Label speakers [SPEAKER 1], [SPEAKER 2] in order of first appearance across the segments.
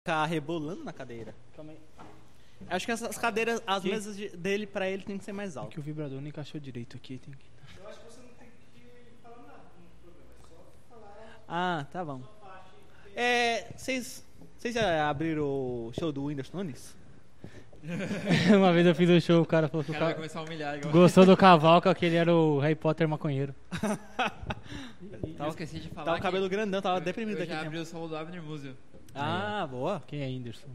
[SPEAKER 1] ficar rebolando na cadeira.
[SPEAKER 2] Calma aí.
[SPEAKER 1] Acho que essas cadeiras, as
[SPEAKER 2] Que?
[SPEAKER 1] mesas de- dele pra ele tem que ser mais
[SPEAKER 2] É
[SPEAKER 1] altas.
[SPEAKER 2] que o vibrador não encaixou direito aqui. Tem que...
[SPEAKER 1] Ah, tá bom. É, vocês vocês já abriram o show do Whindersson Nunes?
[SPEAKER 2] Uma vez eu fiz um show, o cara falou que
[SPEAKER 3] O
[SPEAKER 2] o
[SPEAKER 3] cara vai
[SPEAKER 2] cara
[SPEAKER 3] começar a humilhar igual.
[SPEAKER 2] gostou do Cavalca, que ele era o Harry Potter maconheiro.
[SPEAKER 1] Tá
[SPEAKER 3] Eu esqueci de falar.
[SPEAKER 1] Tava o
[SPEAKER 3] que
[SPEAKER 1] um cabelo grandão, tava
[SPEAKER 3] eu-
[SPEAKER 1] deprimido
[SPEAKER 3] eu
[SPEAKER 1] aqui.
[SPEAKER 3] já
[SPEAKER 1] mesmo.
[SPEAKER 3] abri o sol do Abner Musel.
[SPEAKER 1] Ah, boa.
[SPEAKER 2] Quem é Anderson?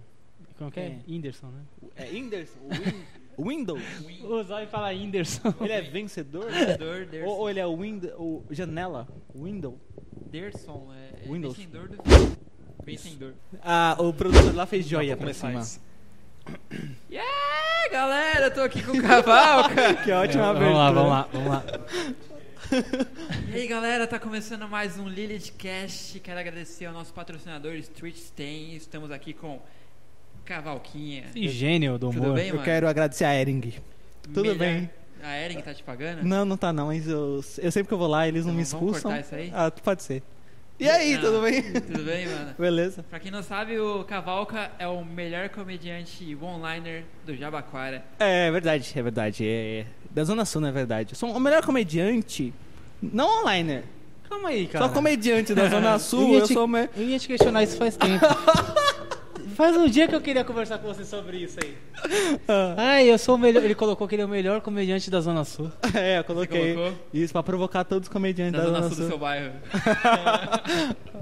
[SPEAKER 2] Como que é? Anderson, né?
[SPEAKER 1] É Whindersson? o Whin- o Windows?
[SPEAKER 2] O Zóio fala Anderson.
[SPEAKER 1] Ele é vencedor?
[SPEAKER 3] Dor, Derson.
[SPEAKER 1] ou, ou ele é o Wind, o Janela? Window?
[SPEAKER 3] Derson, é. é
[SPEAKER 1] Windows.
[SPEAKER 3] Vencedor do. Vencedor.
[SPEAKER 1] Ah, o produtor lá fez joia pra
[SPEAKER 4] começar
[SPEAKER 1] cima.
[SPEAKER 4] isso.
[SPEAKER 3] Yeah, galera, eu tô aqui com o Cavalca.
[SPEAKER 1] Que ótima abertura.
[SPEAKER 2] vamos lá, vamos lá, vamos lá.
[SPEAKER 3] e aí, galera, tá começando mais um Lilith Cast. Quero agradecer ao nosso patrocinador Street Stain. Estamos aqui com Cavalquinha.
[SPEAKER 2] Esse gênio do humor.
[SPEAKER 3] Tudo bem,
[SPEAKER 1] Eu
[SPEAKER 3] mano?
[SPEAKER 1] quero agradecer a Ering. tudo bem.
[SPEAKER 3] A Eren que tá te pagando?
[SPEAKER 1] Não, não tá não, mas eu, eu sempre que eu vou lá, eles não me
[SPEAKER 3] Então, vamos
[SPEAKER 1] expulsam.
[SPEAKER 3] cortar isso aí?
[SPEAKER 1] Ah, pode ser. E aí,
[SPEAKER 3] Não.
[SPEAKER 1] tudo bem?
[SPEAKER 3] Tudo bem, mano?
[SPEAKER 1] Beleza.
[SPEAKER 3] Pra quem não sabe, o Cavalca é o melhor comediante one-liner do Jabaquara.
[SPEAKER 1] É verdade, é verdade. É, da Zona Sul, na verdade. Eu sou o melhor comediante, não online.
[SPEAKER 2] Calma aí, cara.
[SPEAKER 1] Só comediante da Zona
[SPEAKER 2] Eu
[SPEAKER 1] Sul,
[SPEAKER 2] ia
[SPEAKER 1] eu
[SPEAKER 2] te-
[SPEAKER 1] sou o me...
[SPEAKER 2] Eu ia te questionar isso faz tempo. faz um dia que eu queria conversar com você sobre isso aí.
[SPEAKER 1] Ah,
[SPEAKER 2] Ai, eu sou o melhor. Ele colocou que ele é o melhor comediante da Zona Sul.
[SPEAKER 1] É, eu coloquei
[SPEAKER 3] colocou?
[SPEAKER 1] isso pra provocar todos os comediantes da,
[SPEAKER 3] Da zona sul
[SPEAKER 1] Zona
[SPEAKER 3] do
[SPEAKER 1] Sul.
[SPEAKER 3] seu bairro.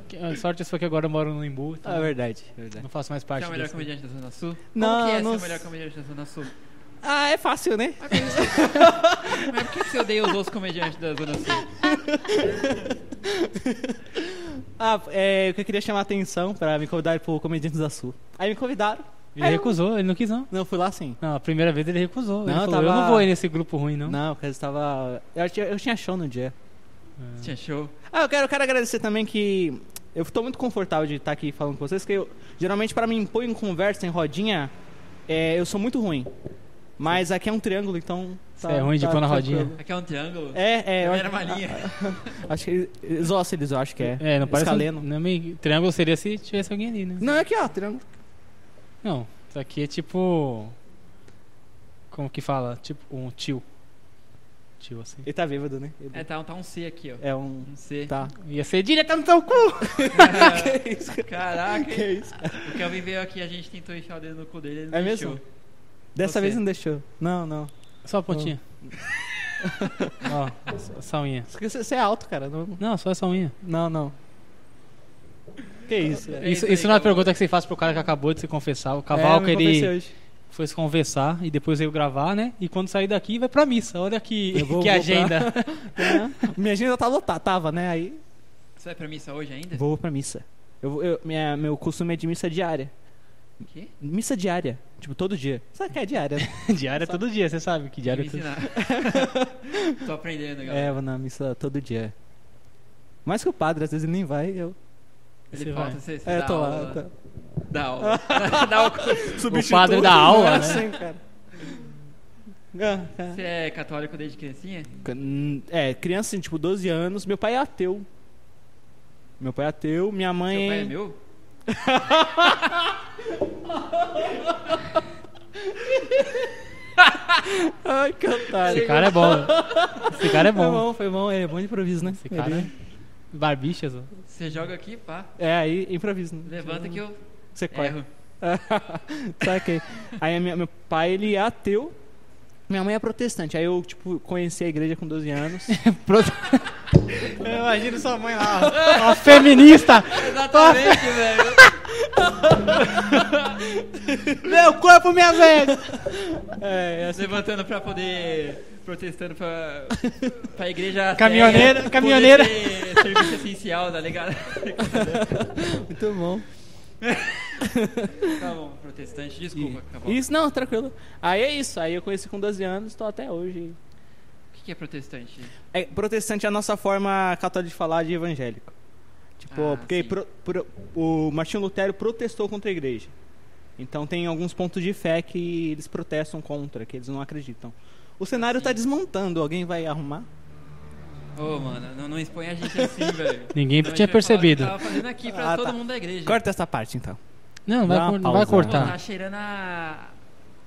[SPEAKER 2] Que- a Sorte foi que agora eu moro no Imbu. então
[SPEAKER 1] Ah, é verdade, é verdade.
[SPEAKER 2] Não faço mais
[SPEAKER 3] Você
[SPEAKER 2] parte
[SPEAKER 3] é o melhor
[SPEAKER 2] desse-
[SPEAKER 3] comediante da zona sul?
[SPEAKER 1] Não,
[SPEAKER 3] Como que é
[SPEAKER 1] não
[SPEAKER 3] ser o melhor
[SPEAKER 1] s-
[SPEAKER 3] comediante da zona sul?
[SPEAKER 1] Ah, é fácil, né?
[SPEAKER 3] Mas por que que você odeia os outros comediantes da zona sul?
[SPEAKER 1] Ah, é, o que eu queria chamar a atenção pra me convidar pro Comediantes da Sul. Aí me convidaram.
[SPEAKER 2] Ele recusou, ele não quis não.
[SPEAKER 1] Não, eu fui lá sim.
[SPEAKER 2] Não, a primeira vez ele recusou. ele
[SPEAKER 1] Não,
[SPEAKER 2] falou,
[SPEAKER 1] tava-
[SPEAKER 2] eu não vou ir nesse grupo ruim, não.
[SPEAKER 1] Não, porque eu estava. Eu tinha, eu tinha show no dia.
[SPEAKER 3] Tinha show.
[SPEAKER 1] Ah, eu quero, eu quero agradecer também que eu tô muito confortável de estar aqui falando com vocês, que eu, geralmente para me impor em um conversa, em rodinha, é, eu sou muito ruim. Mas aqui é um triângulo, então.
[SPEAKER 2] Você é ruim de pôr na
[SPEAKER 1] tranquilo.
[SPEAKER 2] rodinha.
[SPEAKER 3] Aqui é um triângulo?
[SPEAKER 1] É, é. Eu,
[SPEAKER 3] Primeira malinha.
[SPEAKER 1] a- acho que isósceles, eu acho que é.
[SPEAKER 2] É, não parece.
[SPEAKER 1] Escaleno.
[SPEAKER 2] Não é meio- Triângulo seria se tivesse alguém ali, né?
[SPEAKER 1] Não, é aqui, ó, triângulo.
[SPEAKER 2] Não, isso aqui é tipo. Como que fala? Tipo um tio. Tio assim.
[SPEAKER 1] Ele tá bêbado, né? Ele-
[SPEAKER 3] É, tá, um- tá um C aqui, ó.
[SPEAKER 1] É um.
[SPEAKER 3] Um C.
[SPEAKER 1] Tá.
[SPEAKER 2] Ia ser direto no seu cu!
[SPEAKER 3] Caraca,
[SPEAKER 1] Que isso?
[SPEAKER 3] o Kelvin veio aqui, a gente tentou enfiar o dedo no cu dele, ele não
[SPEAKER 1] É
[SPEAKER 3] deixou.
[SPEAKER 1] mesmo? Dessa
[SPEAKER 3] Você.
[SPEAKER 1] vez não deixou. Não, não.
[SPEAKER 2] Só a pontinha. Ó, só- só a unha.
[SPEAKER 1] Porque Você você é alto, cara. Não,
[SPEAKER 2] Não, só essa unha.
[SPEAKER 1] não. não. Que isso? tá
[SPEAKER 3] É
[SPEAKER 2] Isso,
[SPEAKER 3] isso aí,
[SPEAKER 2] isso não é uma
[SPEAKER 3] Cavalca.
[SPEAKER 2] pergunta que você faz pro cara que acabou de se confessar. O
[SPEAKER 1] É,
[SPEAKER 2] Cavalca,
[SPEAKER 1] me convenceu
[SPEAKER 2] ele
[SPEAKER 1] hoje.
[SPEAKER 2] foi se conversar e depois veio gravar, né? E quando sair daqui, vai pra missa. Olha que,
[SPEAKER 1] Eu vou-
[SPEAKER 2] que
[SPEAKER 1] vou pra-
[SPEAKER 2] agenda.
[SPEAKER 1] Minha agenda tá lotada, tava, né? Aí
[SPEAKER 3] Você vai é pra missa hoje ainda?
[SPEAKER 1] Vou pra missa. Eu, vou- eu- minha, meu costume é de missa diária.
[SPEAKER 3] O quê?
[SPEAKER 1] Missa diária. Tipo, todo dia. Sabe o que é diária? né?
[SPEAKER 2] diário é todo dia, você sabe que diário
[SPEAKER 3] Me
[SPEAKER 2] é todo
[SPEAKER 3] ensinar. Tô aprendendo,
[SPEAKER 1] é,
[SPEAKER 3] galera.
[SPEAKER 1] eu vou na missa todo dia. Mais que o padre, às vezes ele nem vai. Eu,
[SPEAKER 2] Você
[SPEAKER 3] Ele falta,
[SPEAKER 2] vai.
[SPEAKER 3] você, você
[SPEAKER 1] é,
[SPEAKER 3] dá
[SPEAKER 1] tô
[SPEAKER 3] aula.
[SPEAKER 1] lá. Tá.
[SPEAKER 3] Dá aula. dá aula.
[SPEAKER 2] O padre da aula,
[SPEAKER 1] É
[SPEAKER 2] né?
[SPEAKER 1] assim, cara. Ah, tá.
[SPEAKER 3] Você é católico desde criancinha?
[SPEAKER 1] É, É, criança, assim, tipo, 12 anos. Meu pai é ateu. Meu pai é ateu. Minha mãe.
[SPEAKER 3] Seu pai é meu?
[SPEAKER 1] Ai, que otário.
[SPEAKER 2] Esse cara é bom. Esse cara é
[SPEAKER 1] Foi
[SPEAKER 2] bom.
[SPEAKER 1] bom, foi bom. Ele é bom de improviso, né?
[SPEAKER 2] Esse cara
[SPEAKER 1] Ele-
[SPEAKER 2] é barbichas, ó.
[SPEAKER 3] Você joga aqui, pá.
[SPEAKER 1] É, aí improviso. Né?
[SPEAKER 3] Levanta que eu
[SPEAKER 1] Você corre.
[SPEAKER 3] erro.
[SPEAKER 1] Saquei. Aí a minha- meu pai, ele é ateu. Minha mãe é protestante. Aí eu, tipo, conheci a igreja com 12 anos.
[SPEAKER 2] Eu imagino sua mãe lá. Uma feminista!
[SPEAKER 3] É, Exatamente, velho.
[SPEAKER 2] Meu corpo, minha vez!
[SPEAKER 1] É,
[SPEAKER 3] Levantando pra poder. Protestando pra, pra igreja.
[SPEAKER 2] Caminhoneira,
[SPEAKER 3] séria,
[SPEAKER 2] caminhoneira.
[SPEAKER 3] poder ser Serviço essencial, tá ligado?
[SPEAKER 1] muito bom.
[SPEAKER 3] tá bom, protestante, desculpa, tá acabou.
[SPEAKER 1] Isso, não, tranquilo. Aí é isso. Aí eu conheci com 12 anos, tô até hoje.
[SPEAKER 3] O que que é protestante?
[SPEAKER 1] É, protestante é a nossa forma católica de falar de evangélico. Tipo,
[SPEAKER 3] Ah,
[SPEAKER 1] porque
[SPEAKER 3] sim.
[SPEAKER 1] pro- pro- o Martinho Lutero protestou contra a igreja. Então tem alguns pontos de fé que eles protestam contra, que eles não acreditam. O cenário tá desmontando, alguém vai arrumar?
[SPEAKER 3] Ô, mano, não, não expõe a gente assim, velho.
[SPEAKER 2] Ninguém
[SPEAKER 3] Senão a
[SPEAKER 2] tinha
[SPEAKER 3] gente vai falar o que
[SPEAKER 2] percebido.
[SPEAKER 3] Tava fazendo aqui pra
[SPEAKER 1] Ah,
[SPEAKER 3] todo
[SPEAKER 1] tá.
[SPEAKER 3] mundo da igreja.
[SPEAKER 1] Corta essa parte então.
[SPEAKER 2] Não, vai,
[SPEAKER 1] Dá uma
[SPEAKER 2] cor- não
[SPEAKER 1] pausa.
[SPEAKER 2] vai
[SPEAKER 3] Pô, tá
[SPEAKER 2] cortar.
[SPEAKER 3] cheirando a.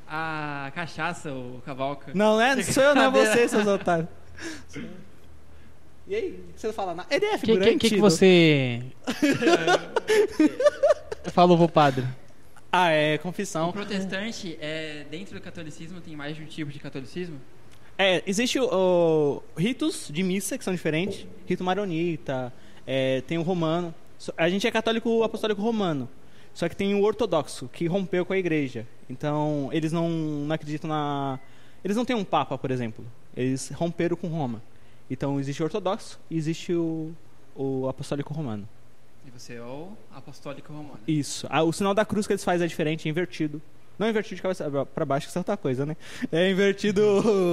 [SPEAKER 3] a cachaça, o cavalca.
[SPEAKER 1] Não, né? Sou eu, não é
[SPEAKER 3] Cadeira.
[SPEAKER 1] você, seus otários. E aí, o que você fala? Na- Ele é
[SPEAKER 2] O que,
[SPEAKER 1] figurante.
[SPEAKER 2] que, que
[SPEAKER 1] do-
[SPEAKER 2] você falou pro padre?
[SPEAKER 1] Ah, é,
[SPEAKER 3] O
[SPEAKER 1] confissão.
[SPEAKER 3] protestante, é, dentro do catolicismo, tem mais de um tipo de catolicismo?
[SPEAKER 1] É, existe o, o- ritos de missa que são diferentes. Rito maronita, é, tem o romano. So- A gente é católico apostólico romano. Só que tem o ortodoxo, que rompeu com a igreja. Então, eles não, não acreditam na... Eles não têm um papa, por exemplo. Eles romperam com Roma. Então, existe o ortodoxo e existe o, o apostólico romano.
[SPEAKER 3] E você é o apostólico romano.
[SPEAKER 1] Isso. Ah, o sinal da cruz que eles fazem é diferente, é invertido. Não é invertido de cabeça pra- pra baixo, que é outra coisa, né? É invertido,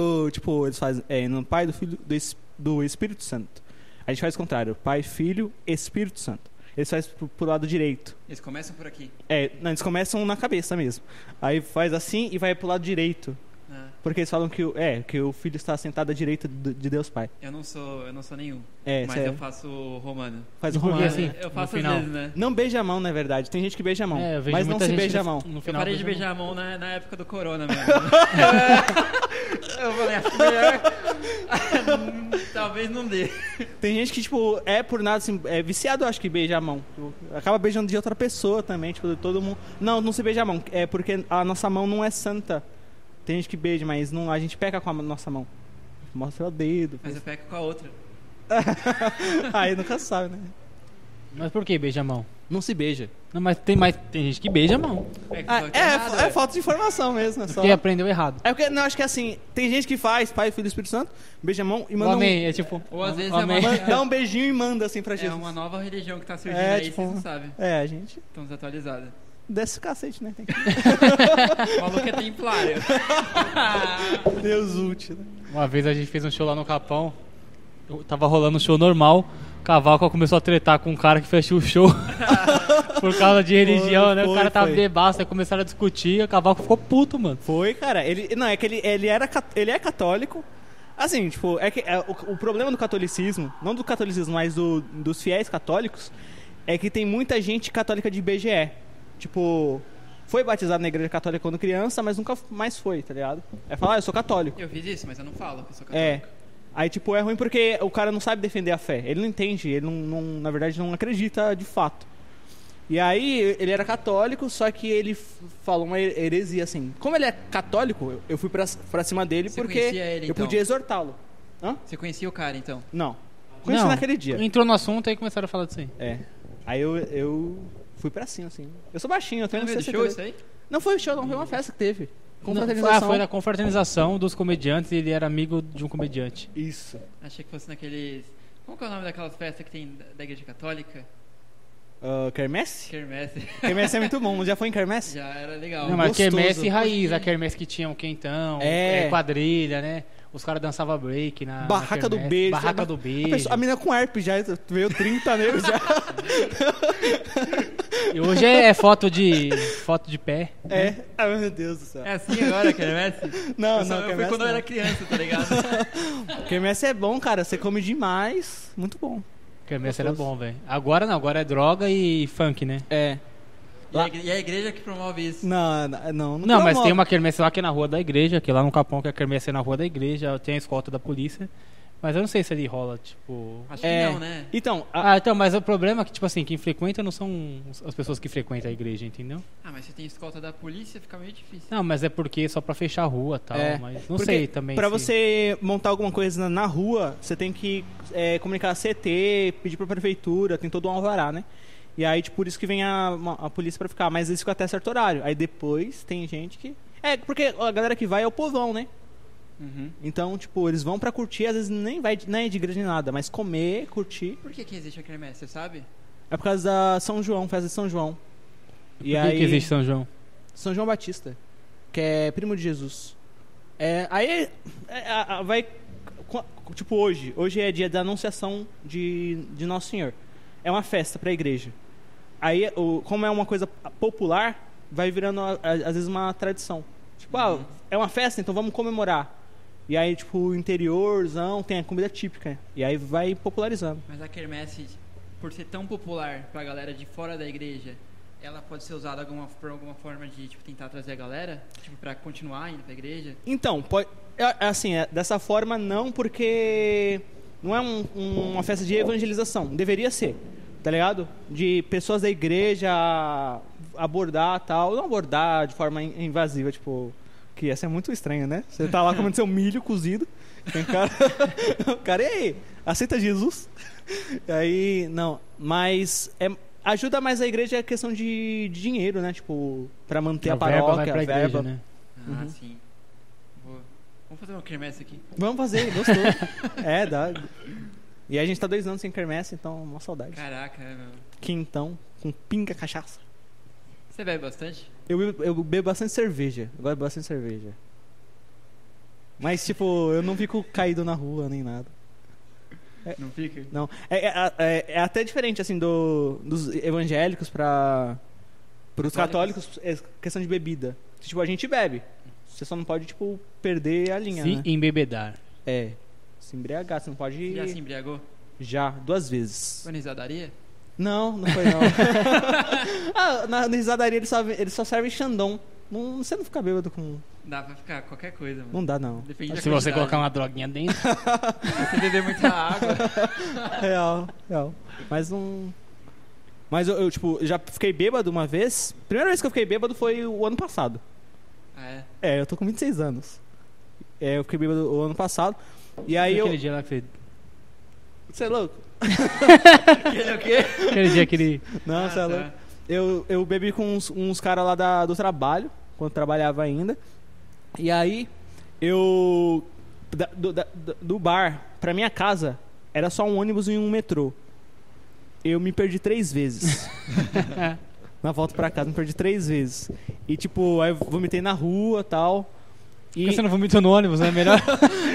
[SPEAKER 1] tipo, eles fazem é, no Pai, do Filho, do, Es- do Espírito Santo. A gente faz o contrário, Pai, Filho, Espírito Santo. Eles fazem pro, pro lado direito.
[SPEAKER 3] Eles começam por aqui.
[SPEAKER 1] É, não, eles começam na cabeça mesmo. Aí faz assim e vai pro lado direito.
[SPEAKER 3] né?
[SPEAKER 1] Porque eles falam que o, é, que o filho está sentado à direita do- de Deus Pai.
[SPEAKER 3] Eu não sou, eu não sou nenhum.
[SPEAKER 1] É,
[SPEAKER 3] mas
[SPEAKER 1] cê-
[SPEAKER 3] eu faço romano.
[SPEAKER 1] faz o
[SPEAKER 2] Porque
[SPEAKER 1] romano.
[SPEAKER 2] assim,
[SPEAKER 3] eu
[SPEAKER 2] no
[SPEAKER 3] faço às
[SPEAKER 2] final.
[SPEAKER 3] vezes, né?
[SPEAKER 1] Não beija a mão, na verdade. Tem gente que beija a mão.
[SPEAKER 2] É, eu vejo
[SPEAKER 1] mas não
[SPEAKER 2] muita
[SPEAKER 1] se
[SPEAKER 2] gente
[SPEAKER 1] beija a
[SPEAKER 2] no-
[SPEAKER 1] mão.
[SPEAKER 2] No
[SPEAKER 3] Eu
[SPEAKER 2] final,
[SPEAKER 3] parei de
[SPEAKER 2] beija
[SPEAKER 3] beijar a mão na, na época do corona mesmo. eu falei, acho melhor. Talvez não dê.
[SPEAKER 1] Tem gente que, tipo, é por nada, assim, é viciado, eu acho que beija a mão. Tipo, Acaba beijando de outra pessoa também, tipo, de todo mundo. Não, não se beija a mão, é porque a nossa mão não é santa. Tem gente que beija, mas não, a gente peca com a nossa mão. Mostra o dedo.
[SPEAKER 3] Mas eu pego com a outra.
[SPEAKER 1] Aí nunca sabe, né?
[SPEAKER 2] mão. Mas por que beija a mão?
[SPEAKER 1] Não se beija.
[SPEAKER 2] Não, mas tem mais. Tem gente que beija a mão.
[SPEAKER 3] É, que
[SPEAKER 1] Ah,
[SPEAKER 3] só que
[SPEAKER 1] é,
[SPEAKER 3] errado,
[SPEAKER 1] é
[SPEAKER 3] velho.
[SPEAKER 1] falta de informação mesmo, é só.
[SPEAKER 2] Porque aprendeu errado.
[SPEAKER 1] É porque, não, acho que é assim, tem gente que faz, pai, filho e Espírito Santo, beija a mão e
[SPEAKER 2] O
[SPEAKER 1] manda um,
[SPEAKER 2] amém, é tipo.
[SPEAKER 3] Ou às vezes é
[SPEAKER 2] amém.
[SPEAKER 3] uma-
[SPEAKER 1] man- dá um beijinho e manda, assim, pra
[SPEAKER 3] É
[SPEAKER 1] Jesus.
[SPEAKER 3] uma nova religião que tá surgindo
[SPEAKER 1] É,
[SPEAKER 3] aí,
[SPEAKER 1] tipo,
[SPEAKER 3] vocês não sabem.
[SPEAKER 1] É, a gente
[SPEAKER 3] Estão desatualizados.
[SPEAKER 1] desce o cacete, né? Tem que...
[SPEAKER 3] O maluco é templário.
[SPEAKER 1] Deus útil, né?
[SPEAKER 2] Uma vez a gente fez um show lá no Capão. Eu tava rolando um show normal. Cavalca começou a tretar com um cara que fechou o show por causa de religião,
[SPEAKER 1] Foi,
[SPEAKER 2] né? o
[SPEAKER 1] foi,
[SPEAKER 2] cara tava
[SPEAKER 1] foi.
[SPEAKER 2] bebaço, aí começaram a discutir, o Cavalca ficou puto, mano.
[SPEAKER 1] Foi, cara. Ele, não, é que ele, ele, era, cat- ele é católico. Assim, tipo, é que é, o, o problema do catolicismo, não do catolicismo, mas do- dos fiéis católicos, é que tem muita gente católica de BGE. Tipo, foi batizado na igreja católica quando criança, mas nunca mais foi, tá ligado? É falar, ah, eu sou católico.
[SPEAKER 3] Eu fiz isso, mas eu não falo que eu sou
[SPEAKER 1] É.
[SPEAKER 3] católico.
[SPEAKER 1] Aí, tipo, é ruim porque o cara não sabe defender a fé. Ele não entende, ele não, não- na verdade, não acredita de fato. E aí, ele era católico, só que ele f- falou uma he- heresia assim. Como ele é católico, eu- eu fui pra, pra cima dele
[SPEAKER 3] Você
[SPEAKER 1] porque
[SPEAKER 3] conhecia ele,
[SPEAKER 1] eu
[SPEAKER 3] então?
[SPEAKER 1] podia exortá-lo. Hã?
[SPEAKER 3] Você conhecia o cara, então?
[SPEAKER 1] Não. Conheci
[SPEAKER 2] Não,
[SPEAKER 1] naquele dia.
[SPEAKER 2] Entrou no assunto aí começaram a falar disso aí.
[SPEAKER 1] É. Aí eu, eu fui pra cima, assim. Eu sou baixinho, eu
[SPEAKER 3] Foi
[SPEAKER 1] tenho
[SPEAKER 3] no meio do
[SPEAKER 1] 60
[SPEAKER 3] show isso aí?
[SPEAKER 1] Não foi show, não, foi uma festa que teve. Com
[SPEAKER 2] Não, foi- Ah, foi na confraternização dos comediantes e ele era amigo de um comediante.
[SPEAKER 1] Isso.
[SPEAKER 3] Achei que fosse naqueles... Como que é o nome daquelas festas que tem da da igreja católica?
[SPEAKER 1] Ah, quermesse?
[SPEAKER 3] Quermesse.
[SPEAKER 1] Quermesse é muito bom. Já foi em quermesse?
[SPEAKER 3] Já era legal.
[SPEAKER 2] Não, mas
[SPEAKER 1] Ah, gostoso.
[SPEAKER 2] quermesse raiz, a quermesse que tinha um quentão,
[SPEAKER 1] É.
[SPEAKER 2] é, quadrilha, né? Os caras dançavam break na. na
[SPEAKER 1] Barraca do
[SPEAKER 2] quermesse,
[SPEAKER 1] beijo.
[SPEAKER 2] Barraca
[SPEAKER 1] A
[SPEAKER 2] do
[SPEAKER 1] A,
[SPEAKER 2] beijo.
[SPEAKER 1] pessoa, a menina com herpes já veio 30 negros já.
[SPEAKER 2] E hoje é foto de. foto de pé.
[SPEAKER 1] É. Ai, meu Deus do céu.
[SPEAKER 3] É assim agora, quermesse?
[SPEAKER 1] Não,
[SPEAKER 3] eu só-
[SPEAKER 1] não,
[SPEAKER 3] eu fui
[SPEAKER 1] quermesse
[SPEAKER 3] quando eu
[SPEAKER 1] não.
[SPEAKER 3] era criança, tá ligado?
[SPEAKER 1] Quermesse é bom, cara. Você come demais. Muito bom.
[SPEAKER 2] Quermesse era bom, velho. Agora não, agora é droga e funk, né?
[SPEAKER 1] É.
[SPEAKER 3] E a, igre- e a igreja que promove isso.
[SPEAKER 1] Não, não, não.
[SPEAKER 2] Não, mas tem
[SPEAKER 1] promove.
[SPEAKER 2] uma quermesse lá que é na rua da igreja, que lá no Capão que a quermesse é na rua da igreja, tem a escolta da polícia. Mas eu não sei se ele rola, tipo.
[SPEAKER 3] Acho
[SPEAKER 1] É.
[SPEAKER 3] que não, né?
[SPEAKER 1] Então, a-
[SPEAKER 2] Ah, então, mas o problema é que, tipo assim, quem frequenta não são as pessoas que frequentam a igreja, entendeu?
[SPEAKER 3] Ah, mas você tem escolta da polícia, fica meio difícil.
[SPEAKER 2] Não, mas é porque só pra fechar a rua e tal,
[SPEAKER 1] É,
[SPEAKER 2] mas não
[SPEAKER 1] porque
[SPEAKER 2] sei também.
[SPEAKER 1] pra
[SPEAKER 2] se-
[SPEAKER 1] você montar alguma coisa na, na rua, você tem que é, comunicar a CT, pedir pra prefeitura, tem todo um alvará, né? E aí, tipo, por isso que vem a, uma- a polícia pra ficar. Mas eles ficam até certo horário. Aí depois tem gente que... É, porque a galera que vai é o povão, né?
[SPEAKER 3] Uhum.
[SPEAKER 1] Então, tipo, eles vão pra curtir, às vezes nem vai de- nem é de igreja nem nada, mas comer, curtir.
[SPEAKER 3] Por que que existe a quermesse, você sabe?
[SPEAKER 1] É por causa da São João, festa de São João.
[SPEAKER 2] Por
[SPEAKER 1] E
[SPEAKER 2] que
[SPEAKER 1] aí,
[SPEAKER 2] que existe São João?
[SPEAKER 1] São João Batista, que é primo de Jesus. É, aí é- é- a- a- vai. co- Tipo, hoje. Hoje é dia da Anunciação de, de Nosso Senhor. É uma festa pra igreja. Aí, o, como é uma coisa popular, vai virando, a- a- às vezes, uma tradição. Tipo, ah, é uma festa, então vamos comemorar. E aí, tipo, o interiorzão tem a comida típica. E aí vai popularizando.
[SPEAKER 3] Mas a quermesse, por ser tão popular pra galera de fora da igreja, ela pode ser usada alguma, por alguma forma de tipo, tentar trazer a galera? Tipo, pra continuar indo pra igreja?
[SPEAKER 1] Então, pode, é- é assim, é, dessa forma não, porque não é um- um- uma festa de evangelização. Deveria ser, tá ligado? De pessoas da igreja abordar tal. Não abordar de forma in- invasiva, tipo. Que essa é muito estranha, né? Você tá lá comendo seu milho cozido. Tem um cara, o cara, e aí? Aceita Jesus? E aí, não. Mas é- ajuda mais a igreja a questão de, de dinheiro, né? Tipo, pra manter a, paróquia,
[SPEAKER 2] vai pra
[SPEAKER 1] a
[SPEAKER 2] igreja,
[SPEAKER 1] verba.
[SPEAKER 2] né?
[SPEAKER 3] Ah,
[SPEAKER 1] Uhum.
[SPEAKER 3] sim. Vou- Vamos fazer uma quermesse aqui.
[SPEAKER 1] Vamos fazer, gostou. é, dá. E a gente tá dois anos sem quermesse, então uma saudade.
[SPEAKER 3] Caraca, é, meu.
[SPEAKER 1] Quintão, com pinga cachaça.
[SPEAKER 3] Você bebe bastante?
[SPEAKER 1] Eu, bebo- eu bebo bastante cerveja. Eu gosto bastante de cerveja. Mas, tipo, eu não fico caído na rua nem nada.
[SPEAKER 3] Não fica?
[SPEAKER 1] Não. É, é- é- é até diferente, assim, do, dos evangélicos pra. pros
[SPEAKER 3] Católicos.
[SPEAKER 1] católicos, é questão de bebida. Tipo, a gente bebe. Você só não pode, tipo, perder a linha,
[SPEAKER 2] Se
[SPEAKER 1] né?
[SPEAKER 2] embebedar.
[SPEAKER 1] É. Se embriagar, você não pode.
[SPEAKER 3] Já se embriagou?
[SPEAKER 1] Já, duas vezes.
[SPEAKER 3] Foi na risadaria?
[SPEAKER 1] Não, não foi não. ah, na, na risadaria eles só, eles só servem Xandão. Não, você não fica bêbado com.
[SPEAKER 3] Dá pra ficar qualquer coisa, mano.
[SPEAKER 1] Não dá, não.
[SPEAKER 3] Depende da
[SPEAKER 2] Se você
[SPEAKER 3] quantidade.
[SPEAKER 2] colocar uma droguinha dentro.
[SPEAKER 3] Se beber muita água.
[SPEAKER 1] Real, real. Mas não. Mas eu, eu, tipo, já fiquei bêbado uma vez. Primeira vez que eu fiquei bêbado foi o ano passado.
[SPEAKER 3] Ah, é.
[SPEAKER 1] É, eu tô com 26 anos. É, eu fiquei bêbado o ano passado. E aí eu.
[SPEAKER 2] aquele dia lá que você.
[SPEAKER 1] Você é louco?
[SPEAKER 3] Aquele é o quê?
[SPEAKER 2] Aquele dia que ele.
[SPEAKER 1] Não,
[SPEAKER 3] Ah,
[SPEAKER 1] você é
[SPEAKER 3] tá.
[SPEAKER 1] louco. Eu, eu bebi com uns, uns caras lá da- do trabalho, quando trabalhava ainda. E aí, eu. da- do, da- do- do bar pra minha casa, era só um ônibus e um metrô. Eu me perdi três vezes. na volta pra casa, me perdi três vezes. E tipo, aí eu vomitei na rua tal.
[SPEAKER 2] Porque
[SPEAKER 1] E
[SPEAKER 2] Você não vomitou no ônibus, né? Melhor.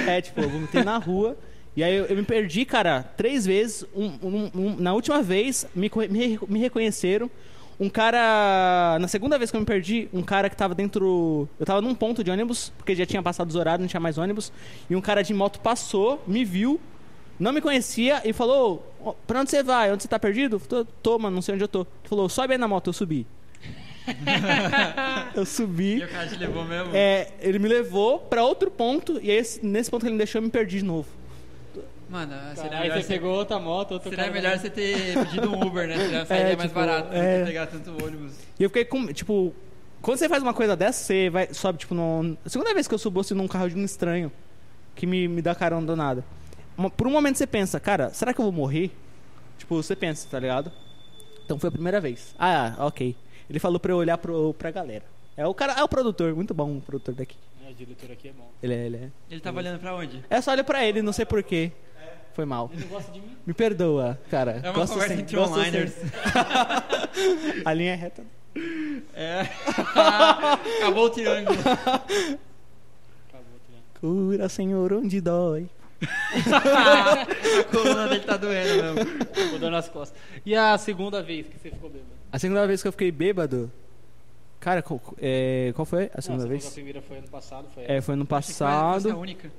[SPEAKER 1] é, tipo, eu vomitei na rua. E aí eu, eu me perdi, cara, três vezes. Um- um- um- na última vez, me, co- me, re- me reconheceram. Um cara. Na segunda vez que eu me perdi, um cara que tava dentro. Eu tava num ponto de ônibus, porque já tinha passado os horários, não tinha mais ônibus. E um cara de moto passou, me viu, não me conhecia e falou: "Ó, Pra onde você vai? Onde você tá perdido? Tô, tô, mano, não sei onde eu tô. Ele falou: Sobe aí na moto, eu subi. eu subi.
[SPEAKER 3] E o cara te levou mesmo?
[SPEAKER 1] É, ele me levou pra outro ponto e aí, esse- nesse ponto que ele me deixou eu me perdi de novo.
[SPEAKER 3] Mano, ah, seria
[SPEAKER 2] Aí
[SPEAKER 3] melhor
[SPEAKER 2] você
[SPEAKER 3] Tá, você,
[SPEAKER 2] pegou outra moto, outro
[SPEAKER 3] seria
[SPEAKER 2] cara.
[SPEAKER 3] melhor você ter pedido um Uber, né? Seria é, mais
[SPEAKER 1] tipo,
[SPEAKER 3] barato
[SPEAKER 1] é.
[SPEAKER 3] do que pegar tanto ônibus.
[SPEAKER 1] E eu fiquei com, tipo, quando você faz uma coisa dessa, você vai, sobe tipo no segunda vez que eu subo assim, num carro de um estranho que me, me dá carona do nada. Uma- por um momento você pensa, cara, será que eu vou morrer? Tipo, você pensa, tá ligado? Então foi a primeira vez. Ah, OK. Ele falou pra eu olhar pro, pra galera. É o cara, é o produtor, muito bom o produtor daqui.
[SPEAKER 2] É, o diretor aqui é bom.
[SPEAKER 1] Ele é, ele é.
[SPEAKER 3] Ele tava olhando pra onde?
[SPEAKER 1] É só olhar pra ele, não sei porquê. Foi mal.
[SPEAKER 2] Ele gosta de mim.
[SPEAKER 1] Me perdoa, cara.
[SPEAKER 3] É uma
[SPEAKER 1] Gosto
[SPEAKER 3] conversa
[SPEAKER 1] sim,
[SPEAKER 3] entre
[SPEAKER 1] gosto sim.
[SPEAKER 3] onliners.
[SPEAKER 1] A linha é reta.
[SPEAKER 3] É. Acabou o triângulo.
[SPEAKER 2] Acabou, tirando.
[SPEAKER 1] Cura, Senhor, onde dói.
[SPEAKER 3] A coluna dele tá doendo mesmo.
[SPEAKER 2] Mudou nas costas. E a segunda vez que você ficou bêbado?
[SPEAKER 1] A segunda vez que eu fiquei bêbado. Cara, qual, é, qual foi a segunda
[SPEAKER 2] Não, A
[SPEAKER 1] vez?
[SPEAKER 2] primeira foi ano passado, foi.
[SPEAKER 1] É, foi ano
[SPEAKER 3] Acho que foi a festa
[SPEAKER 1] passado.
[SPEAKER 3] única.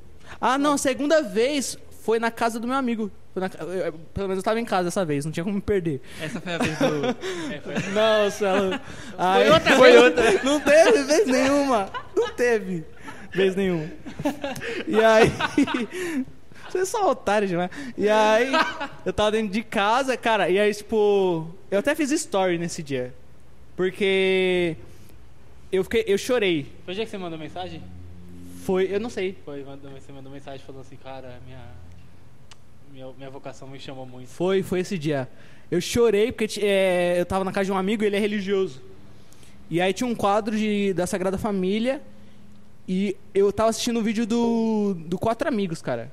[SPEAKER 1] Ah, não, a segunda vez foi na casa do meu amigo. Foi na ca- eu- eu- pelo menos eu tava em casa dessa vez, não tinha como me perder.
[SPEAKER 3] Essa foi a vez do.
[SPEAKER 2] É, foi.
[SPEAKER 1] Nossa, ela... Ai,
[SPEAKER 3] outra,
[SPEAKER 1] foi
[SPEAKER 3] foi
[SPEAKER 1] outra. Não teve vez nenhuma. Não teve vez nenhuma. E aí. Vocês são otários demais. E aí, eu tava dentro de casa, cara, e aí, tipo. Eu até fiz story nesse dia. Porque. Eu fiquei. Eu chorei.
[SPEAKER 2] Foi o dia que você mandou mensagem?
[SPEAKER 1] Foi. Eu não sei.
[SPEAKER 2] Foi, mandou, você mandou mensagem falando assim, cara, minha, minha, minha vocação me chamou muito.
[SPEAKER 1] Foi, foi esse dia. Eu chorei porque ti- é, eu tava na casa de um amigo e ele é religioso. E aí tinha um quadro de, da Sagrada Família e eu tava assistindo um vídeo do, do Quatro Amigos, cara.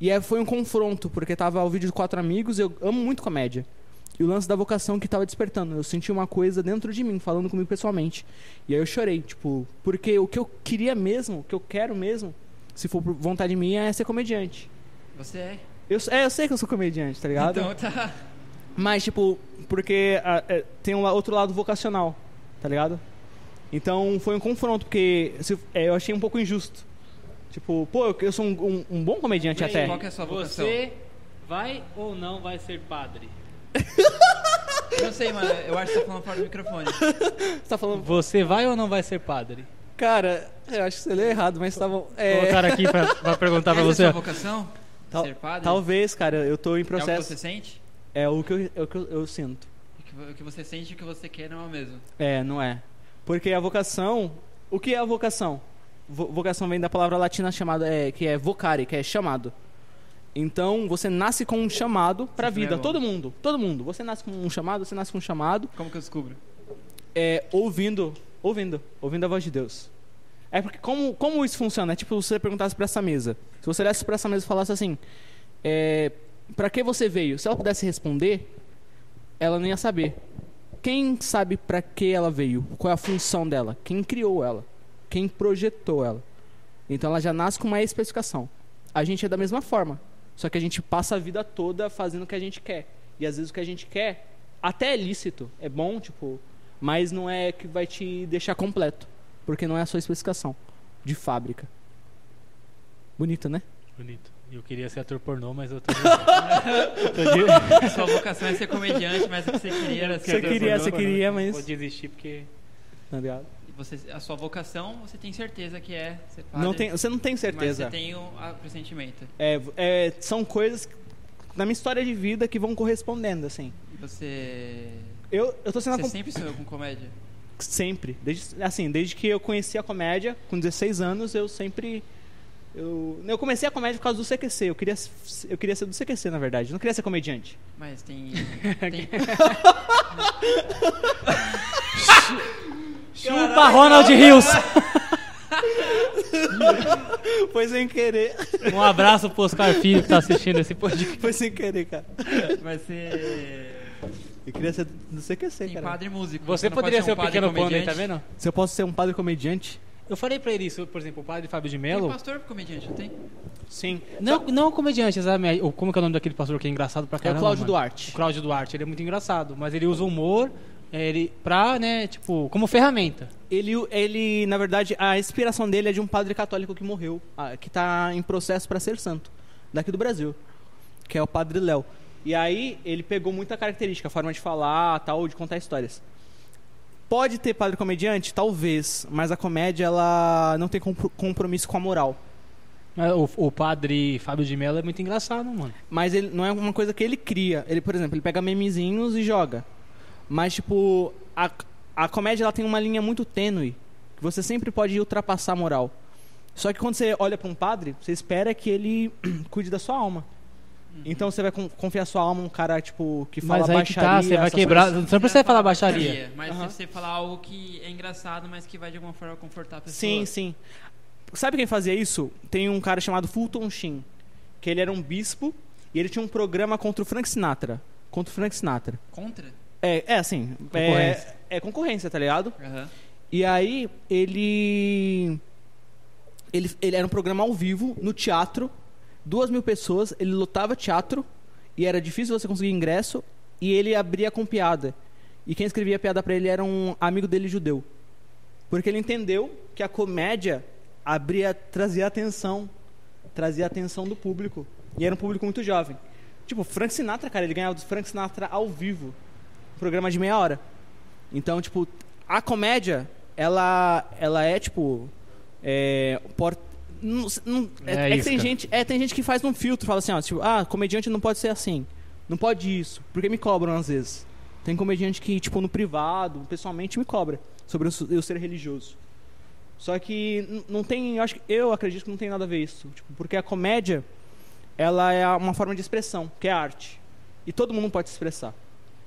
[SPEAKER 1] E aí foi um confronto, porque tava o vídeo do Quatro Amigos, eu amo muito comédia. E o lance da vocação que tava despertando. Eu senti uma coisa dentro de mim, falando comigo pessoalmente. E aí eu chorei, tipo, porque o que eu queria mesmo, o que eu quero mesmo, se for por vontade minha, é ser comediante.
[SPEAKER 3] Você é?
[SPEAKER 1] Eu, s- é, eu sei que eu sou comediante, tá ligado?
[SPEAKER 3] Então tá.
[SPEAKER 1] Mas, tipo, porque ah, é, tem um la- outro lado vocacional, tá ligado? Então foi um confronto, porque se- é, eu achei um pouco injusto. Tipo, pô, eu, eu sou um, um- um bom comediante
[SPEAKER 2] E aí,
[SPEAKER 1] até.
[SPEAKER 3] Qual que é a sua vocação?
[SPEAKER 2] Você vai ou não vai ser padre?
[SPEAKER 3] Não sei, mano. Eu acho que tá falando fora do microfone. é?
[SPEAKER 1] Você tá falando.
[SPEAKER 2] Você vai ou não vai ser padre?
[SPEAKER 1] Cara, eu acho que você leu errado, mas tá bom. É,
[SPEAKER 2] Colocaram aqui pra, pra perguntar Tá, pra
[SPEAKER 3] Essa é
[SPEAKER 2] você.
[SPEAKER 3] a sua vocação?
[SPEAKER 1] tal-
[SPEAKER 3] Ser padre?
[SPEAKER 1] talvez, cara, eu tô em
[SPEAKER 3] É o que
[SPEAKER 1] processo.
[SPEAKER 3] você sente?
[SPEAKER 1] É o que, eu, é o que eu, eu sinto.
[SPEAKER 3] O que vo- O que você sente e o que você quer não é o mesmo.
[SPEAKER 1] É, não é. Porque a vocação. O que é a vocação? Vo- vocação vem da palavra latina chamada, é, que é vocare, que é chamado. Então, você nasce com um chamado pra
[SPEAKER 3] Isso não é
[SPEAKER 1] vida.
[SPEAKER 3] bom.
[SPEAKER 1] todo mundo, todo mundo. Você nasce com um chamado, você nasce com um chamado.
[SPEAKER 3] Como que eu descubro?
[SPEAKER 1] é, ouvindo, ouvindo, ouvindo a voz de Deus. É porque como, como isso funciona? É tipo se você perguntasse pra essa mesa. Se você olhasse pra essa mesa e falasse assim, é, para que você veio? Se ela pudesse responder, ela não ia saber. Quem sabe pra que ela veio? Qual é a função dela? Quem criou ela? Quem projetou ela? Então ela já nasce com uma especificação. A gente é da mesma forma, só que a gente passa a vida toda fazendo o que a gente quer. E às vezes o que a gente quer até é lícito, é bom, tipo, mas não é que vai te deixar completo, porque não é a sua especificação de fábrica. Bonito, né?
[SPEAKER 2] Bonito. Eu queria ser ator pornô, mas eu tô. eu tô de-
[SPEAKER 3] A sua vocação é ser comediante, mas o que você queria era ser
[SPEAKER 1] Você
[SPEAKER 3] ator
[SPEAKER 1] queria,
[SPEAKER 3] pornô.
[SPEAKER 1] você queria,
[SPEAKER 2] Vou
[SPEAKER 1] mas.
[SPEAKER 2] desistir porque.
[SPEAKER 1] Tá ligado?
[SPEAKER 3] E você- a sua vocação, você tem certeza que é ser padre.
[SPEAKER 1] Não tem, você não tem certeza.
[SPEAKER 3] Mas você tem o a- pressentimento.
[SPEAKER 1] É, é, são coisas que- na minha história de vida que vão correspondendo, assim.
[SPEAKER 3] E você.
[SPEAKER 1] Eu, eu tô sendo
[SPEAKER 3] Você
[SPEAKER 1] acom-
[SPEAKER 3] sempre sonhou com comédia?
[SPEAKER 1] sempre. Desde, assim, desde que eu conheci a comédia, com 16 anos, eu sempre. Eu, eu comecei a comédia por causa do CQC. Eu queria, s- eu queria ser do CQC, na verdade. Eu não queria ser comediante.
[SPEAKER 3] Mas tem. tem-
[SPEAKER 2] Chupa Ronald Rios!
[SPEAKER 1] Foi sem querer.
[SPEAKER 2] Um abraço pro Oscar Filho que tá assistindo esse podcast.
[SPEAKER 1] Foi sem querer, cara.
[SPEAKER 3] Vai ser.
[SPEAKER 1] Eu queria ser do CQC,
[SPEAKER 3] Tem
[SPEAKER 1] cara.
[SPEAKER 3] padre e músico.
[SPEAKER 2] Você
[SPEAKER 3] não
[SPEAKER 2] poderia
[SPEAKER 3] pode
[SPEAKER 2] ser
[SPEAKER 3] um
[SPEAKER 2] o
[SPEAKER 3] padre
[SPEAKER 2] pequeno panda aí, tá vendo?
[SPEAKER 3] comediante.
[SPEAKER 1] Se eu posso ser um padre comediante?
[SPEAKER 2] Eu falei pra ele isso, por exemplo, o padre Fábio de
[SPEAKER 3] Tem
[SPEAKER 2] Mello.
[SPEAKER 3] pastor comediante, não tem?
[SPEAKER 1] Sim. É
[SPEAKER 2] Não, não o comediante, exatamente. O- Como que é o nome daquele pastor que é engraçado pra
[SPEAKER 1] É o
[SPEAKER 2] caramba?
[SPEAKER 1] Cláudio
[SPEAKER 2] mano?
[SPEAKER 1] Duarte.
[SPEAKER 2] O Cláudio Duarte, ele é muito engraçado, mas ele usa o humor é, ele, pra, né, tipo, como ferramenta.
[SPEAKER 1] Ele, ele, na verdade, a inspiração dele é de um padre católico que morreu, ah, que está em processo para ser santo, daqui do Brasil, que é o Padre Léo. E aí ele pegou muita característica, a forma de falar, tal, de contar histórias. Pode ter padre comediante, talvez, mas a comédia ela não tem compro- compromisso com a moral.
[SPEAKER 2] Mas O, o padre Fábio de Mello é muito engraçado, mano.
[SPEAKER 1] Mas ele não é uma coisa que ele cria. Ele, por exemplo, ele pega memezinhos e joga. Mas, tipo, a, a comédia ela tem uma linha muito tênue. Que você sempre pode ultrapassar a moral. Só que quando você olha pra um padre, você espera que ele cuide da sua alma. Então você vai con- confiar sua alma a um cara, tipo, que fala
[SPEAKER 2] mas aí que
[SPEAKER 1] baixaria.
[SPEAKER 2] tá, você vai
[SPEAKER 1] essas
[SPEAKER 2] quebrar.
[SPEAKER 1] coisas.
[SPEAKER 2] Você não precisa falar baixaria.
[SPEAKER 3] Baixaria, Mas
[SPEAKER 1] Aham.
[SPEAKER 3] se você falar algo que é engraçado, mas que vai de alguma forma confortar a pessoa.
[SPEAKER 1] Sim, sim. Sabe quem fazia isso? Tem um cara chamado Fulton Sheen, que ele era um bispo e ele tinha um programa contra o Frank Sinatra. Contra o Frank Sinatra.
[SPEAKER 3] Contra?
[SPEAKER 1] É, é assim.
[SPEAKER 2] Concorrência.
[SPEAKER 1] É, é concorrência, tá ligado?
[SPEAKER 3] Aham.
[SPEAKER 1] E aí ele, ele. Ele era um programa ao vivo, no teatro. Duas mil pessoas, ele lotava teatro. E era difícil você conseguir ingresso. E ele abria com piada. E quem escrevia a piada pra ele era um amigo dele judeu. Porque ele entendeu que a comédia abria, trazia atenção. Trazia atenção do público. E era um público muito jovem. Tipo, Frank Sinatra, cara, ele ganhava do Frank Sinatra ao vivo. Um programa de meia hora. Então, tipo, a comédia, ela, ela é, tipo. É, por- não- não- é-
[SPEAKER 2] É
[SPEAKER 1] é que
[SPEAKER 2] isca.
[SPEAKER 1] tem gente, é, tem gente que faz um filtro, fala assim, ó, tipo, ah, comediante não pode ser assim. Não pode isso. Porque me cobram às vezes. Tem comediante que, tipo, no privado, pessoalmente, me cobra sobre eu, su- eu ser religioso. Só que n- não tem, eu acho que eu acredito que não tem nada a ver isso, tipo, porque a comédia ela é uma forma de expressão, que é arte. E todo mundo pode se expressar.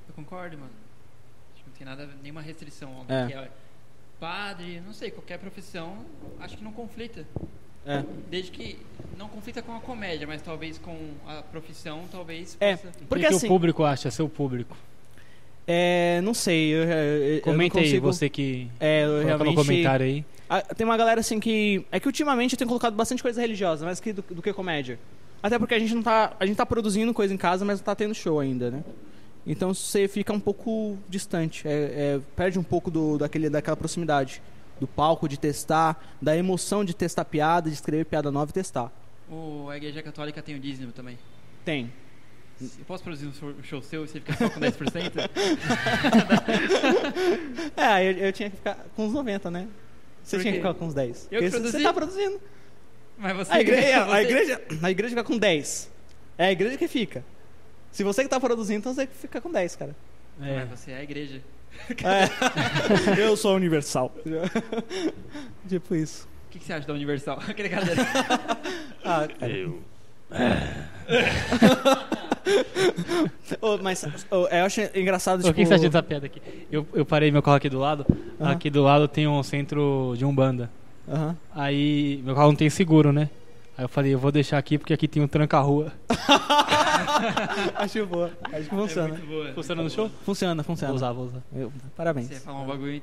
[SPEAKER 3] Eu concordo, mano. Acho que não tem nada, nenhuma restrição. Alguém
[SPEAKER 1] É.
[SPEAKER 3] que é padre, não sei, qualquer profissão, acho que não conflita.
[SPEAKER 1] É.
[SPEAKER 3] Desde que não conflita com a comédia, mas talvez com a profissão, talvez
[SPEAKER 1] É.
[SPEAKER 3] possa...
[SPEAKER 2] O que
[SPEAKER 1] Porque
[SPEAKER 2] que
[SPEAKER 1] assim,
[SPEAKER 2] o público acha, seu público.
[SPEAKER 1] é, não sei, eu, eu, eu não
[SPEAKER 2] Comenta aí,
[SPEAKER 1] consigo-
[SPEAKER 2] você que
[SPEAKER 1] É, eu
[SPEAKER 2] coloca no
[SPEAKER 1] realmente
[SPEAKER 2] comentário aí.
[SPEAKER 1] Ah, tem uma galera assim que. É que ultimamente eu tenho colocado bastante coisa religiosa, mas que do, do que comédia. Até porque a gente não tá. A gente tá produzindo coisa em casa, mas não tá tendo show ainda, né? Então você fica um pouco distante. é- é, perde um pouco do, daquele, daquela proximidade. Do palco, de testar, da emoção de testar piada, de escrever piada nova e testar.
[SPEAKER 3] O, a igreja católica tem o dízimo também.
[SPEAKER 1] Tem.
[SPEAKER 3] Eu posso produzir um show- um show seu e você fica só com 10%?
[SPEAKER 1] É, eu, eu tinha que ficar com uns 90, né? Você
[SPEAKER 3] Por
[SPEAKER 1] tinha que
[SPEAKER 3] quê?
[SPEAKER 1] ficar com uns 10.
[SPEAKER 3] Eu
[SPEAKER 1] Porque
[SPEAKER 3] que
[SPEAKER 1] você-
[SPEAKER 3] produzi?
[SPEAKER 1] Você tá produzindo.
[SPEAKER 3] Mas você. é,
[SPEAKER 1] A igreja,
[SPEAKER 3] você-
[SPEAKER 1] a, igreja, a igreja fica com 10. É a igreja que fica. Se você que tá produzindo, então você fica com 10, cara.
[SPEAKER 3] Mas você é a igreja.
[SPEAKER 1] É. Eu sou universal. tipo isso.
[SPEAKER 3] O que, que você acha da Universal? Aquele cara dele. é
[SPEAKER 1] Ah, cara.
[SPEAKER 4] Eu.
[SPEAKER 1] Ô, mas ô, eu acho engraçado,
[SPEAKER 2] O
[SPEAKER 1] tipo...
[SPEAKER 2] que que você acha tá- dessa piada aqui? Eu, eu parei meu carro aqui do lado.
[SPEAKER 1] Aham.
[SPEAKER 2] Aqui do lado tem um centro de Umbanda.
[SPEAKER 1] Aham.
[SPEAKER 2] Aí meu carro não tem seguro, né? Aí eu falei, eu vou deixar aqui porque aqui tem um tranca-rua.
[SPEAKER 1] Acho boa. Acho que
[SPEAKER 3] É
[SPEAKER 1] funciona.
[SPEAKER 3] muito boa.
[SPEAKER 2] Funciona no show?
[SPEAKER 1] Funciona, funciona.
[SPEAKER 2] Vou usar, vou usar.
[SPEAKER 1] Eu- parabéns.
[SPEAKER 3] Você ia falar um bagulho.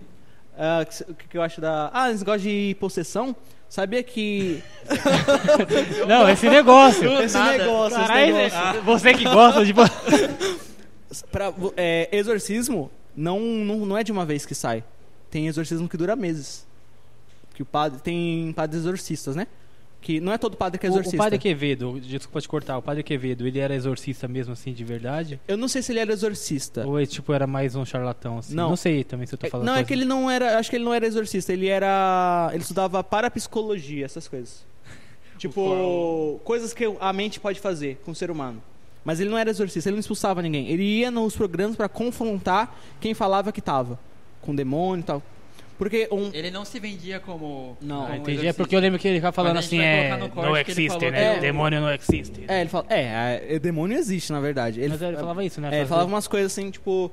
[SPEAKER 1] Ah, que- o que, que eu acho da... Ah, esse negócio de possessão? Sabia que...
[SPEAKER 2] Não, esse negócio.
[SPEAKER 1] esse
[SPEAKER 3] nada.
[SPEAKER 1] negócio,
[SPEAKER 2] Caralho,
[SPEAKER 1] esse negócio...
[SPEAKER 2] Ah. você que gosta tipo, de.
[SPEAKER 1] Pra, vo- é, exorcismo não, não, não é de uma vez que sai. Tem exorcismo que dura meses. Que o padre, tem padres exorcistas, né? Que não é todo padre que é
[SPEAKER 2] O,
[SPEAKER 1] exorcista.
[SPEAKER 2] o padre Quevedo, desculpa te cortar, o padre Quevedo, ele era exorcista mesmo assim, de verdade?
[SPEAKER 1] Eu não sei se ele era exorcista.
[SPEAKER 2] Ou ele, tipo, era mais um charlatão assim?
[SPEAKER 1] Tá. Não.
[SPEAKER 2] Não, sei também se eu tô
[SPEAKER 1] É,
[SPEAKER 2] falando.
[SPEAKER 1] não, é
[SPEAKER 2] coisa-
[SPEAKER 1] que ele não era. Acho que ele não era exorcista, ele era. Ele estudava parapsicologia, essas coisas. tipo, coisas que a mente pode fazer com o ser humano. Mas ele não era exorcista, ele não expulsava ninguém. Ele ia nos programas pra confrontar quem falava que tava. Com demônio e tal. Porque um,
[SPEAKER 3] Ele não se vendia como.
[SPEAKER 1] Não,
[SPEAKER 3] como
[SPEAKER 2] Ah,
[SPEAKER 1] um
[SPEAKER 2] entendi. É
[SPEAKER 3] exorcista.
[SPEAKER 2] porque eu lembro que ele ficava falando
[SPEAKER 3] Mas assim, a gente
[SPEAKER 2] assim,
[SPEAKER 3] vai
[SPEAKER 2] é.
[SPEAKER 3] colocar no corte
[SPEAKER 2] Não
[SPEAKER 3] que ele
[SPEAKER 2] existe,
[SPEAKER 3] falou
[SPEAKER 1] que-
[SPEAKER 2] né? O demônio não existe.
[SPEAKER 1] É, ele fala. É, é, demônio existe, na verdade. Ele,
[SPEAKER 2] Mas ele falava isso, né?
[SPEAKER 1] é, ele
[SPEAKER 2] Fazia-
[SPEAKER 1] falava umas coisas assim, tipo.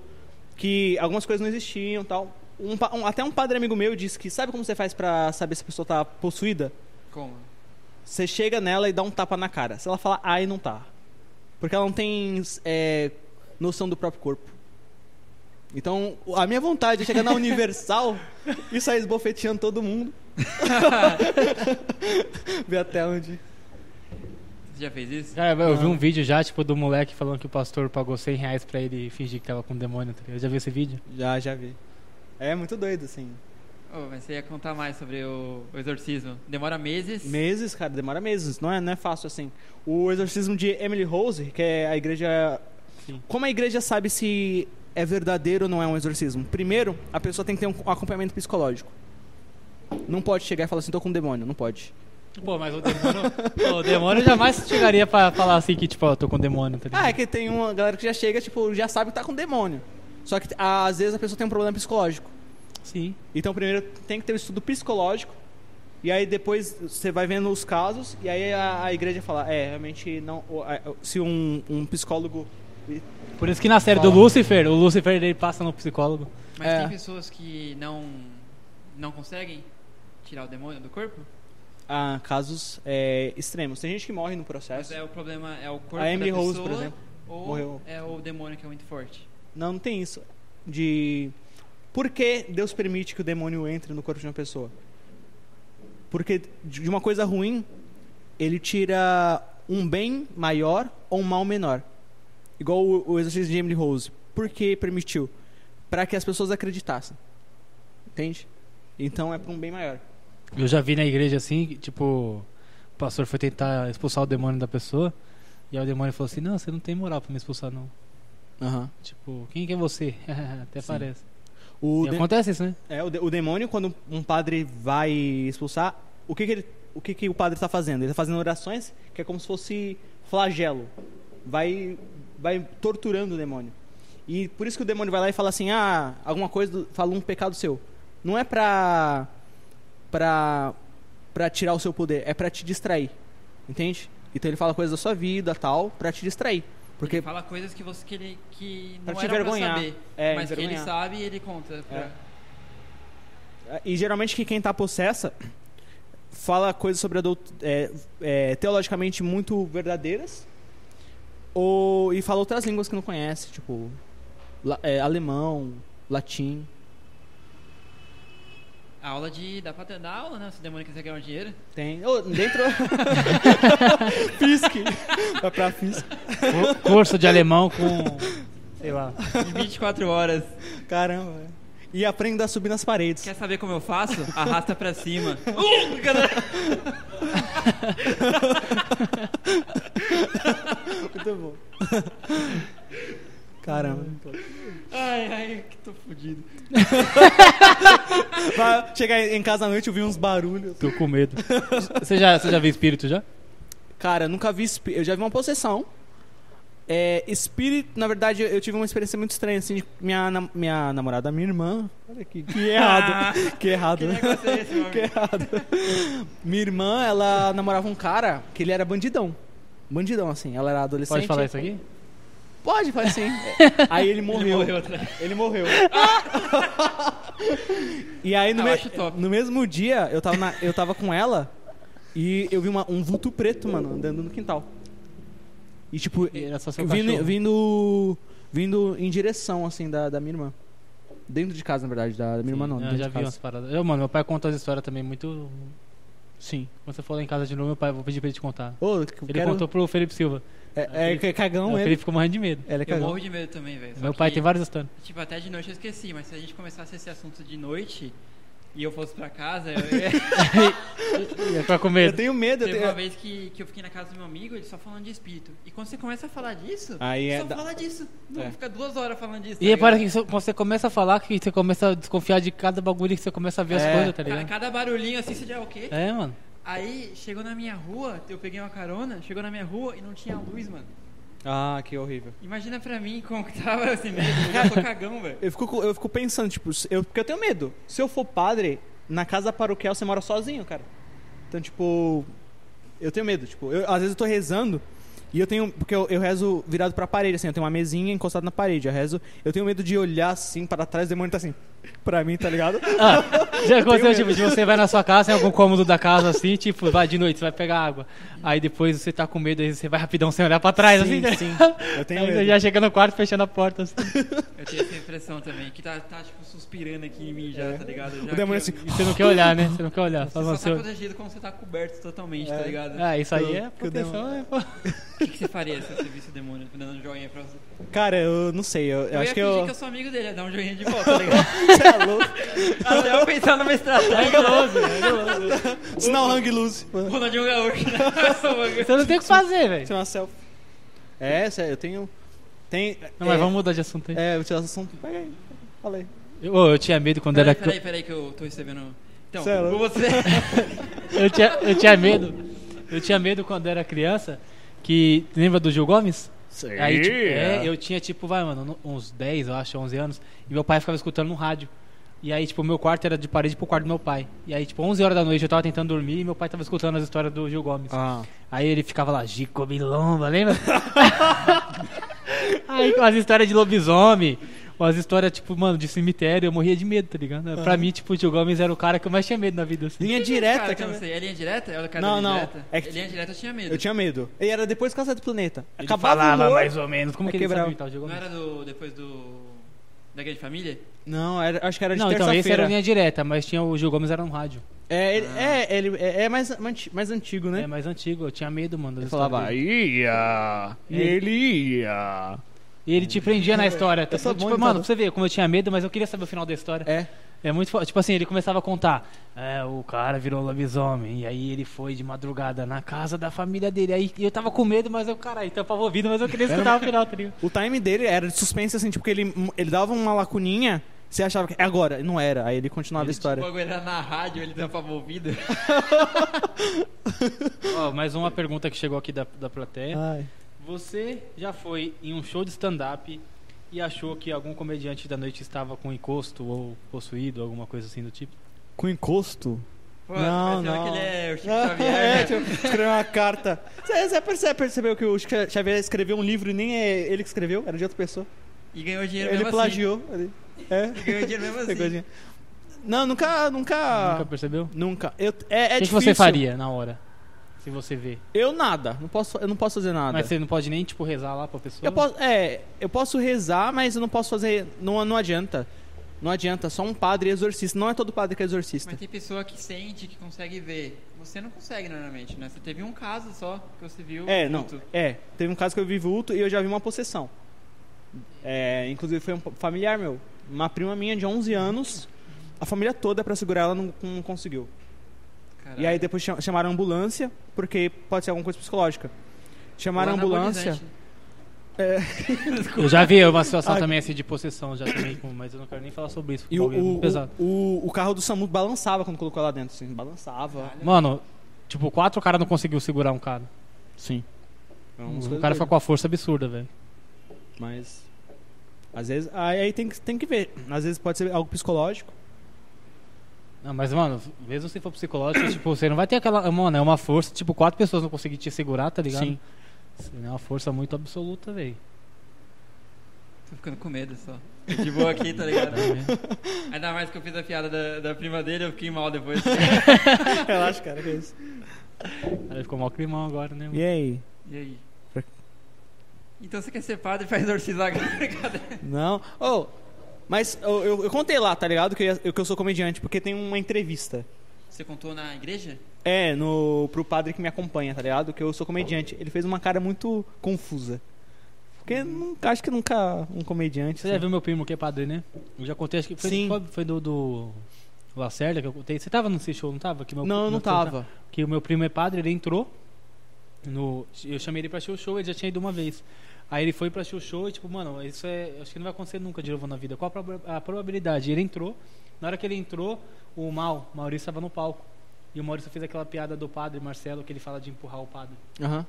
[SPEAKER 1] Que algumas coisas não existiam tal. Um pa- um- até um padre amigo meu disse que sabe como você faz pra saber se a pessoa tá possuída?
[SPEAKER 3] Como?
[SPEAKER 1] Você chega nela e dá um tapa na cara. Se ela fala ai, não tá. Porque ela não tem é, noção do próprio corpo. Então, a minha vontade é chegar na Universal e sair esbofeteando todo mundo. Ver até onde.
[SPEAKER 3] Você já fez isso?
[SPEAKER 2] Cara, eu vi um vídeo já, tipo, do moleque falando que o pastor pagou 100 reais pra ele fingir que tava com demônio, tá ligado? Já viu esse vídeo?
[SPEAKER 1] Já, já vi. É muito doido, assim.
[SPEAKER 3] Oh, mas você ia contar mais sobre o, o exorcismo. Demora meses.
[SPEAKER 1] Meses, cara, demora meses. Não é, não é fácil assim. O exorcismo de Emily Rose, que é a igreja.
[SPEAKER 2] Sim.
[SPEAKER 1] Como a igreja sabe se é verdadeiro ou não é um exorcismo? Primeiro, a pessoa tem que ter um acompanhamento psicológico. Não pode chegar e falar assim, tô com um demônio. Não pode.
[SPEAKER 2] Pô, mas o demônio. pô, o demônio jamais chegaria pra falar assim que, tipo, ó, tô com demônio, tá ligado?
[SPEAKER 1] Ah, é que tem uma galera que já chega, tipo, já sabe que tá com demônio. Só que ah, às vezes a pessoa tem um problema psicológico.
[SPEAKER 2] Sim.
[SPEAKER 1] Então, primeiro tem que ter o estudo psicológico. E aí depois você vai vendo os casos. E aí a, a igreja fala: é, realmente não. o- a- o- Se um, um psicólogo.
[SPEAKER 2] Por isso que na série do Lucifer, o Lucifer ele passa no psicólogo.
[SPEAKER 3] Mas
[SPEAKER 1] É.
[SPEAKER 3] tem pessoas que não. não conseguem tirar o demônio do corpo?
[SPEAKER 1] Ah, casos é, extremos. Tem gente que morre no
[SPEAKER 3] Mas
[SPEAKER 1] processo.
[SPEAKER 3] é o problema, é o corpo
[SPEAKER 1] A Emily
[SPEAKER 3] da
[SPEAKER 1] Rose,
[SPEAKER 3] pessoa,
[SPEAKER 1] por exemplo,
[SPEAKER 3] Ou
[SPEAKER 1] morreu.
[SPEAKER 3] é o demônio que é muito forte.
[SPEAKER 1] Não, não tem isso. De. Por que Deus permite que o demônio entre no corpo de uma pessoa? Porque de de uma coisa ruim, ele tira um bem maior ou um mal menor. Igual o, o exercício de Emily Rose. Por que permitiu? Para que as pessoas acreditassem. Entende? Então é para um bem maior.
[SPEAKER 2] Eu já vi na igreja assim, que, tipo, o pastor foi tentar expulsar o demônio da pessoa. E aí o demônio falou assim: Não, você não tem moral pra me expulsar, não. Tipo, quem que é você? Até parece.
[SPEAKER 1] O,
[SPEAKER 2] E
[SPEAKER 1] de-
[SPEAKER 2] acontece isso, né?
[SPEAKER 1] É, o, de- o demônio, quando um padre vai expulsar, o que, que ele- o, que, que o padre está fazendo? Ele está fazendo orações que é como se fosse flagelo. Vai, vai torturando o demônio. E por isso que o demônio vai lá e fala assim: ah, alguma coisa, do- fala um pecado seu. Não é pra. pra. pra tirar o seu poder, é pra te distrair. Entende? Então ele fala coisas da sua vida tal, pra te distrair. Porque.
[SPEAKER 3] Ele fala coisas que você que ele que
[SPEAKER 1] Pra
[SPEAKER 3] não
[SPEAKER 1] te
[SPEAKER 3] era
[SPEAKER 1] envergonhar.
[SPEAKER 3] pra saber.
[SPEAKER 1] É,
[SPEAKER 3] mas que ele
[SPEAKER 1] envergonhar.
[SPEAKER 3] sabe e ele conta. pra-
[SPEAKER 1] É. E geralmente que quem tá possessa fala coisas sobre a dout- é, é, teologicamente muito verdadeiras ou e fala outras línguas que não conhece, tipo la- é, alemão, latim.
[SPEAKER 3] A aula de. Dá pra ter dar aula, né? Se o demônio quiser ganhar um dinheiro.
[SPEAKER 1] Tem. Ô, dentro. Fisk. Vai pra Fisk.
[SPEAKER 2] Cu- Curso de alemão com. Sei lá.
[SPEAKER 3] Em 24 horas.
[SPEAKER 1] Caramba. velho. E aprenda a subir nas paredes.
[SPEAKER 3] Quer saber como eu faço? Arrasta pra cima.
[SPEAKER 1] Muito Muito bom. Caramba.
[SPEAKER 3] Ai, ai, que tô fudido.
[SPEAKER 1] Vai chegar em casa à noite eu vi uns barulhos.
[SPEAKER 2] Tô com medo. Você já, você já viu espírito já?
[SPEAKER 1] Cara, eu nunca vi. espi- Eu já vi uma possessão. É, espírito, na verdade, eu tive uma experiência muito estranha, assim, de minha, nam- minha namorada, minha irmã. Olha aqui, que errado. que errado,
[SPEAKER 3] Que
[SPEAKER 1] né?
[SPEAKER 3] negócio é esse, meu
[SPEAKER 1] Que
[SPEAKER 3] amigo?
[SPEAKER 1] errado. Minha irmã, ela namorava um cara que ele era bandidão. Bandidão, assim. Ela era adolescente.
[SPEAKER 2] Pode falar isso aqui?
[SPEAKER 1] Pode, pode sim. Aí ele
[SPEAKER 3] Ele
[SPEAKER 1] morreu.
[SPEAKER 3] morreu atrás.
[SPEAKER 1] Ele morreu. e aí no,
[SPEAKER 3] Ah,
[SPEAKER 1] me-
[SPEAKER 3] eu acho top.
[SPEAKER 1] no mesmo dia eu tava, na- eu tava com ela e eu vi uma- um vulto preto, mano, andando no quintal. E tipo,
[SPEAKER 2] E era só seu
[SPEAKER 1] vindo,
[SPEAKER 2] cachorro.
[SPEAKER 1] vindo. Vindo em direção, assim, da, da minha irmã. Dentro de casa, na verdade, da, da minha irmã não.
[SPEAKER 2] eu
[SPEAKER 1] dentro
[SPEAKER 2] Ah, já
[SPEAKER 1] de
[SPEAKER 2] vi
[SPEAKER 1] casa.
[SPEAKER 2] umas paradas. Eu, mano, meu pai conta as histórias também muito.
[SPEAKER 1] Sim.
[SPEAKER 2] Quando você for lá em casa de novo, meu pai, eu vou pedir pra ele te contar.
[SPEAKER 1] Ô, eu
[SPEAKER 2] Ele
[SPEAKER 1] quero-
[SPEAKER 2] contou pro Felipe Silva.
[SPEAKER 1] É, é,
[SPEAKER 2] Ele-
[SPEAKER 1] é cagão,
[SPEAKER 2] o
[SPEAKER 1] ele.
[SPEAKER 2] Felipe ficou morrendo de medo.
[SPEAKER 1] Ele é
[SPEAKER 3] Eu
[SPEAKER 1] cagão.
[SPEAKER 3] morro de medo também, velho. Só
[SPEAKER 2] Meu pai
[SPEAKER 3] que,
[SPEAKER 2] tem vários histórias.
[SPEAKER 3] Tipo, até de noite eu esqueci, mas se a gente começasse esse assunto de noite e eu fosse pra casa, eu...
[SPEAKER 2] Ele ficou com
[SPEAKER 1] Eu
[SPEAKER 2] medo.
[SPEAKER 1] tenho medo, eu
[SPEAKER 3] teve uma
[SPEAKER 1] tenho.
[SPEAKER 3] vez que, que eu fiquei na casa do meu amigo, ele só falando de espírito. E quando você começa a falar disso,
[SPEAKER 1] Aí é
[SPEAKER 3] só
[SPEAKER 1] da-
[SPEAKER 3] fala disso. Não
[SPEAKER 1] É.
[SPEAKER 3] fica duas horas falando disso.
[SPEAKER 2] E
[SPEAKER 3] tá
[SPEAKER 2] repara
[SPEAKER 3] ligado?
[SPEAKER 2] que isso- quando você começa a falar, que você começa a desconfiar de cada bagulho que você começa a ver
[SPEAKER 1] É.
[SPEAKER 2] as coisas, tá
[SPEAKER 3] Cara,
[SPEAKER 2] ligado?
[SPEAKER 3] cada barulhinho assim, você já é o quê?
[SPEAKER 2] É, mano.
[SPEAKER 3] Aí, chegou na minha rua, eu peguei uma carona, chegou na minha rua e não tinha luz, mano.
[SPEAKER 1] Ah, que horrível.
[SPEAKER 3] Imagina pra mim como que tava assim, medo. Eu já tô cagão, velho.
[SPEAKER 1] Eu fico, co- eu fico pensando, tipo, se- eu, porque eu tenho medo. Se eu for padre, na casa paroquial você mora sozinho, cara. Então, tipo, eu tenho medo. Tipo, eu- às vezes eu tô rezando e eu tenho. Porque eu, eu rezo virado pra parede, assim, eu tenho uma mesinha encostada na parede. Eu rezo. Eu tenho medo de olhar assim para trás, o demônio tá assim, pra mim, tá ligado?
[SPEAKER 2] Ah, já aconteceu,
[SPEAKER 1] medo.
[SPEAKER 2] tipo, de você vai na sua casa, em algum cômodo da casa, assim, tipo, vai de noite, você vai pegar água. Aí depois você tá com medo, aí você vai rapidão sem olhar pra trás,
[SPEAKER 1] Sim,
[SPEAKER 2] assim.
[SPEAKER 1] sim. Eu tenho
[SPEAKER 2] Aí
[SPEAKER 1] medo.
[SPEAKER 2] você já chega no quarto, fechando a porta, assim.
[SPEAKER 3] Eu tenho essa impressão também, que tá, tá tipo suspirando aqui em mim já, tá ligado? Já
[SPEAKER 1] O demônio
[SPEAKER 3] que
[SPEAKER 1] assim.
[SPEAKER 3] eu-
[SPEAKER 2] E você não quer olhar, né? Você não quer olhar. Só
[SPEAKER 3] Você só tá
[SPEAKER 2] você...
[SPEAKER 3] protegido quando você tá coberto totalmente,
[SPEAKER 1] É.
[SPEAKER 3] tá ligado?
[SPEAKER 2] Ah, isso aí é
[SPEAKER 1] Que o
[SPEAKER 2] proteção,
[SPEAKER 1] demônio-
[SPEAKER 2] é, pô.
[SPEAKER 3] O que, que você faria se você visse o demônio dando um joinha pra você?
[SPEAKER 1] Cara, eu não sei. Eu, eu
[SPEAKER 3] Eu,
[SPEAKER 1] acho
[SPEAKER 3] ia
[SPEAKER 1] que
[SPEAKER 3] fingir
[SPEAKER 1] eu.
[SPEAKER 3] que eu sou amigo dele, ia dar um joinha de volta, tá ligado?
[SPEAKER 1] Você é louco.
[SPEAKER 3] Até eu pensar numa estratégia. né?
[SPEAKER 1] Sinal hang loose.
[SPEAKER 3] Ronaldinho Gaúcho, né?
[SPEAKER 2] Você não tem o que fazer, velho.
[SPEAKER 1] Tirar uma selfie. É, sério, eu tenho. Tem.
[SPEAKER 2] Não, mas
[SPEAKER 1] é,
[SPEAKER 2] vamos mudar de assunto aí.
[SPEAKER 1] É, vou tirar essa assunto. Pega aí. Fala aí.
[SPEAKER 2] Eu, ô, eu tinha medo quando
[SPEAKER 3] Peraí,
[SPEAKER 2] era.
[SPEAKER 3] peraí, peraí que eu tô recebendo... Então,
[SPEAKER 1] Cê é louco.
[SPEAKER 3] você...
[SPEAKER 2] Eu tinha, eu tinha medo. Eu tinha medo quando era criança. Que. Lembra do Gil Gomes?
[SPEAKER 1] Sim.
[SPEAKER 2] Aí, tipo, é, eu tinha, tipo, vai, mano, uns 10, eu acho, 11 anos. E meu pai ficava escutando no rádio. E aí, tipo, meu quarto era de parede pro quarto do meu pai. E aí, tipo, 11 horas da noite eu tava tentando dormir e meu pai tava escutando as histórias do Gil Gomes.
[SPEAKER 1] Ah.
[SPEAKER 2] Aí ele ficava lá, Gico Bilomba, lembra? aí com as histórias de lobisomem, umas histórias, tipo, mano, de cemitério, eu morria de medo, tá ligado? Pra mim, tipo, o Gil Gomes era o cara que eu mais tinha medo na vida, assim.
[SPEAKER 1] Linha
[SPEAKER 3] cara,
[SPEAKER 1] direta,
[SPEAKER 3] que eu não sei. É linha direta? É o cara
[SPEAKER 1] Não,
[SPEAKER 3] da linha
[SPEAKER 1] não.
[SPEAKER 3] direta?
[SPEAKER 1] É que-
[SPEAKER 3] Linha direta eu tinha medo.
[SPEAKER 1] Eu tinha medo. E era depois do Cacete do Planeta.
[SPEAKER 2] Ele
[SPEAKER 1] Acabava o
[SPEAKER 2] falava
[SPEAKER 1] humor.
[SPEAKER 2] mais um- ou menos. Como
[SPEAKER 1] É
[SPEAKER 2] que ele
[SPEAKER 1] quebrava.
[SPEAKER 2] sabia imitar o Gil
[SPEAKER 3] Não
[SPEAKER 2] Gomes?
[SPEAKER 3] era do... depois do... Da Grande Família?
[SPEAKER 1] Não, era- acho que era de
[SPEAKER 2] Não, então,
[SPEAKER 1] terça-feira.
[SPEAKER 2] esse era a linha direta, mas tinha o Gil Gomes era no rádio.
[SPEAKER 1] É, ele, é, ele- é, é mais, mais, mais antigo, né?
[SPEAKER 2] É mais antigo, eu É. tinha medo, mano. das
[SPEAKER 1] Ele falava,
[SPEAKER 2] histórias dele.
[SPEAKER 4] Ia, ele ia.
[SPEAKER 2] E ele te prendia na história. Tipo,
[SPEAKER 1] sou bom
[SPEAKER 2] tipo,
[SPEAKER 1] imitador.
[SPEAKER 2] mano, pra você ver como eu tinha medo, mas eu queria saber o final da história.
[SPEAKER 1] É.
[SPEAKER 2] É muito fo- Tipo assim, ele começava a contar. É, o cara virou lobisomem. E aí ele foi de madrugada na casa da família dele. Aí eu tava com medo, mas eu, caralho, tampava o ouvido, mas eu queria escutar o final, tá ligado?
[SPEAKER 1] O time dele era de suspense, assim, tipo, que ele, ele dava uma lacuninha, você achava que é agora, não era. Aí ele continuava a
[SPEAKER 3] O
[SPEAKER 1] história.
[SPEAKER 3] bagulho era na rádio, ele tampava o ouvido.
[SPEAKER 2] Ó, mais uma pergunta que chegou aqui da, da plateia.
[SPEAKER 1] Ai.
[SPEAKER 2] Você já foi em um show de stand-up e achou que algum comediante da noite estava com encosto ou possuído, alguma coisa assim do tipo?
[SPEAKER 1] Com encosto?
[SPEAKER 3] Pô,
[SPEAKER 1] Não,
[SPEAKER 3] parecendo
[SPEAKER 1] não.
[SPEAKER 3] que ele é o Chico
[SPEAKER 1] é,
[SPEAKER 3] Xavier. né?
[SPEAKER 1] tipo, escreveu uma carta. Você, você percebe- percebeu que o Chico Xavier escreveu um livro e nem é ele que escreveu, era de outra pessoa.
[SPEAKER 3] E ganhou dinheiro
[SPEAKER 1] Ele
[SPEAKER 3] mesmo
[SPEAKER 1] plagiou. ele- É.
[SPEAKER 3] assim. Ganhou dinheiro mesmo
[SPEAKER 1] Tem
[SPEAKER 3] assim.
[SPEAKER 1] coisinha. Não, nunca.
[SPEAKER 2] Nunca
[SPEAKER 1] Nunca.
[SPEAKER 2] percebeu?
[SPEAKER 1] Nunca. Eu, é, é
[SPEAKER 2] o que que,
[SPEAKER 1] difícil.
[SPEAKER 2] você faria na hora? Se você vê.
[SPEAKER 1] Eu nada. Não posso, eu não posso fazer nada.
[SPEAKER 2] Mas você não pode nem, tipo, rezar lá pra pessoa?
[SPEAKER 1] eu, posso, é, eu posso rezar, mas eu não posso fazer. Não, não adianta. Não adianta. Só um padre exorcista. Não é todo padre que é exorcista.
[SPEAKER 3] Mas tem pessoa que sente, que consegue ver. Você não consegue normalmente, né? Você teve um caso só que você viu.
[SPEAKER 1] É, não.
[SPEAKER 3] junto.
[SPEAKER 1] É. Teve um caso que eu vi vulto e eu já vi uma possessão. É, inclusive foi um familiar meu. Uma prima minha de 11 anos. A família toda pra segurar ela não, não conseguiu.
[SPEAKER 3] Caralho.
[SPEAKER 1] E aí depois cha- chamaram a ambulância, porque pode ser alguma coisa psicológica.
[SPEAKER 3] Ou
[SPEAKER 1] Chamaram a ambulância.
[SPEAKER 3] Um anabolizante.
[SPEAKER 2] Eu já vi uma situação também assim de possessão, já também, com- mas eu não quero nem falar sobre isso. porque
[SPEAKER 1] Ah, E o,
[SPEAKER 2] bagulho é muito
[SPEAKER 1] o,
[SPEAKER 2] pesado.
[SPEAKER 1] o, o- o carro do Samu balançava quando colocou lá dentro, assim, balançava.
[SPEAKER 2] Mano, tipo, quatro caras não conseguiu segurar um cara.
[SPEAKER 1] Sim. É
[SPEAKER 2] Uhum. O cara fica com a força absurda, velho.
[SPEAKER 1] Mas. Às vezes. Aí, aí tem, que, tem que ver. Às vezes pode ser algo psicológico.
[SPEAKER 2] Não, mas, mano, mesmo se for psicológico, tipo, você não vai ter aquela. Mano, é uma força, tipo, quatro pessoas não conseguir te segurar, tá ligado?
[SPEAKER 1] Sim.
[SPEAKER 2] Sim, É uma força muito absoluta, velho.
[SPEAKER 3] Tô ficando com medo só. Tô De boa aqui, tá ligado? Ainda mais que eu fiz a piada da, da prima dele, eu fiquei mal depois.
[SPEAKER 1] Relaxa, cara, que isso.
[SPEAKER 2] Aí ficou mal climão agora, né? mano?
[SPEAKER 1] E aí?
[SPEAKER 3] E aí? Então você quer ser padre e faz orcizaga? Brincadeira.
[SPEAKER 1] Não. Oh, mas eu, eu- eu contei lá, tá ligado? Que eu, ia- que eu sou comediante, porque tem uma entrevista.
[SPEAKER 3] Você contou na igreja?
[SPEAKER 1] É, no, pro padre que me acompanha, tá ligado? Que eu sou comediante. Ele fez uma cara muito confusa. Porque nunca, acho que nunca um comediante.
[SPEAKER 2] Você já viu meu primo que é padre, né? Eu já contei, acho que foi,
[SPEAKER 1] Sim.
[SPEAKER 2] qual foi do, do Lacerda que eu contei. Você tava nesse show, não tava? Que meu-
[SPEAKER 1] Não, eu não
[SPEAKER 2] meu-
[SPEAKER 1] tava.
[SPEAKER 2] Que o meu primo é padre, ele entrou. No, eu chamei ele pra assistir o show, ele já tinha ido uma vez. Aí ele foi pra assistir o show e, tipo, mano, isso é. Acho que não vai acontecer nunca de novo na vida. Qual a, proba- a probabilidade? Ele entrou. Na hora que ele entrou, o Mal, Maurício, tava no palco. E o Maurício fez aquela piada do padre Marcelo, que ele fala de empurrar o padre.
[SPEAKER 1] Aham.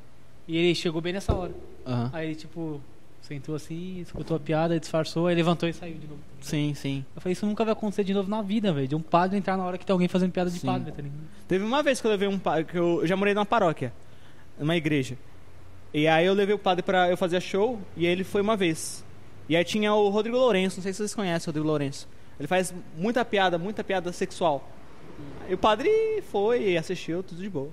[SPEAKER 2] E ele chegou bem nessa hora.
[SPEAKER 1] Aham.
[SPEAKER 2] Aí ele, tipo, sentou assim, escutou a piada, disfarçou, aí levantou e saiu de novo.
[SPEAKER 1] Sim, sim.
[SPEAKER 2] Eu falei, isso nunca vai acontecer de novo na vida, velho. De um padre entrar na hora que tem alguém fazendo piada de
[SPEAKER 1] Sim.
[SPEAKER 2] padre, tá ligado?
[SPEAKER 1] Teve uma vez que eu levei um padre, que eu eu já morei numa paróquia, numa igreja. E aí eu levei o padre pra eu fazer show, e ele foi uma vez. E aí tinha o Rodrigo Lourenço, não sei se vocês conhecem o Rodrigo Lourenço. Ele faz muita piada, muita piada sexual. E o padre foi, assistiu, tudo de boa.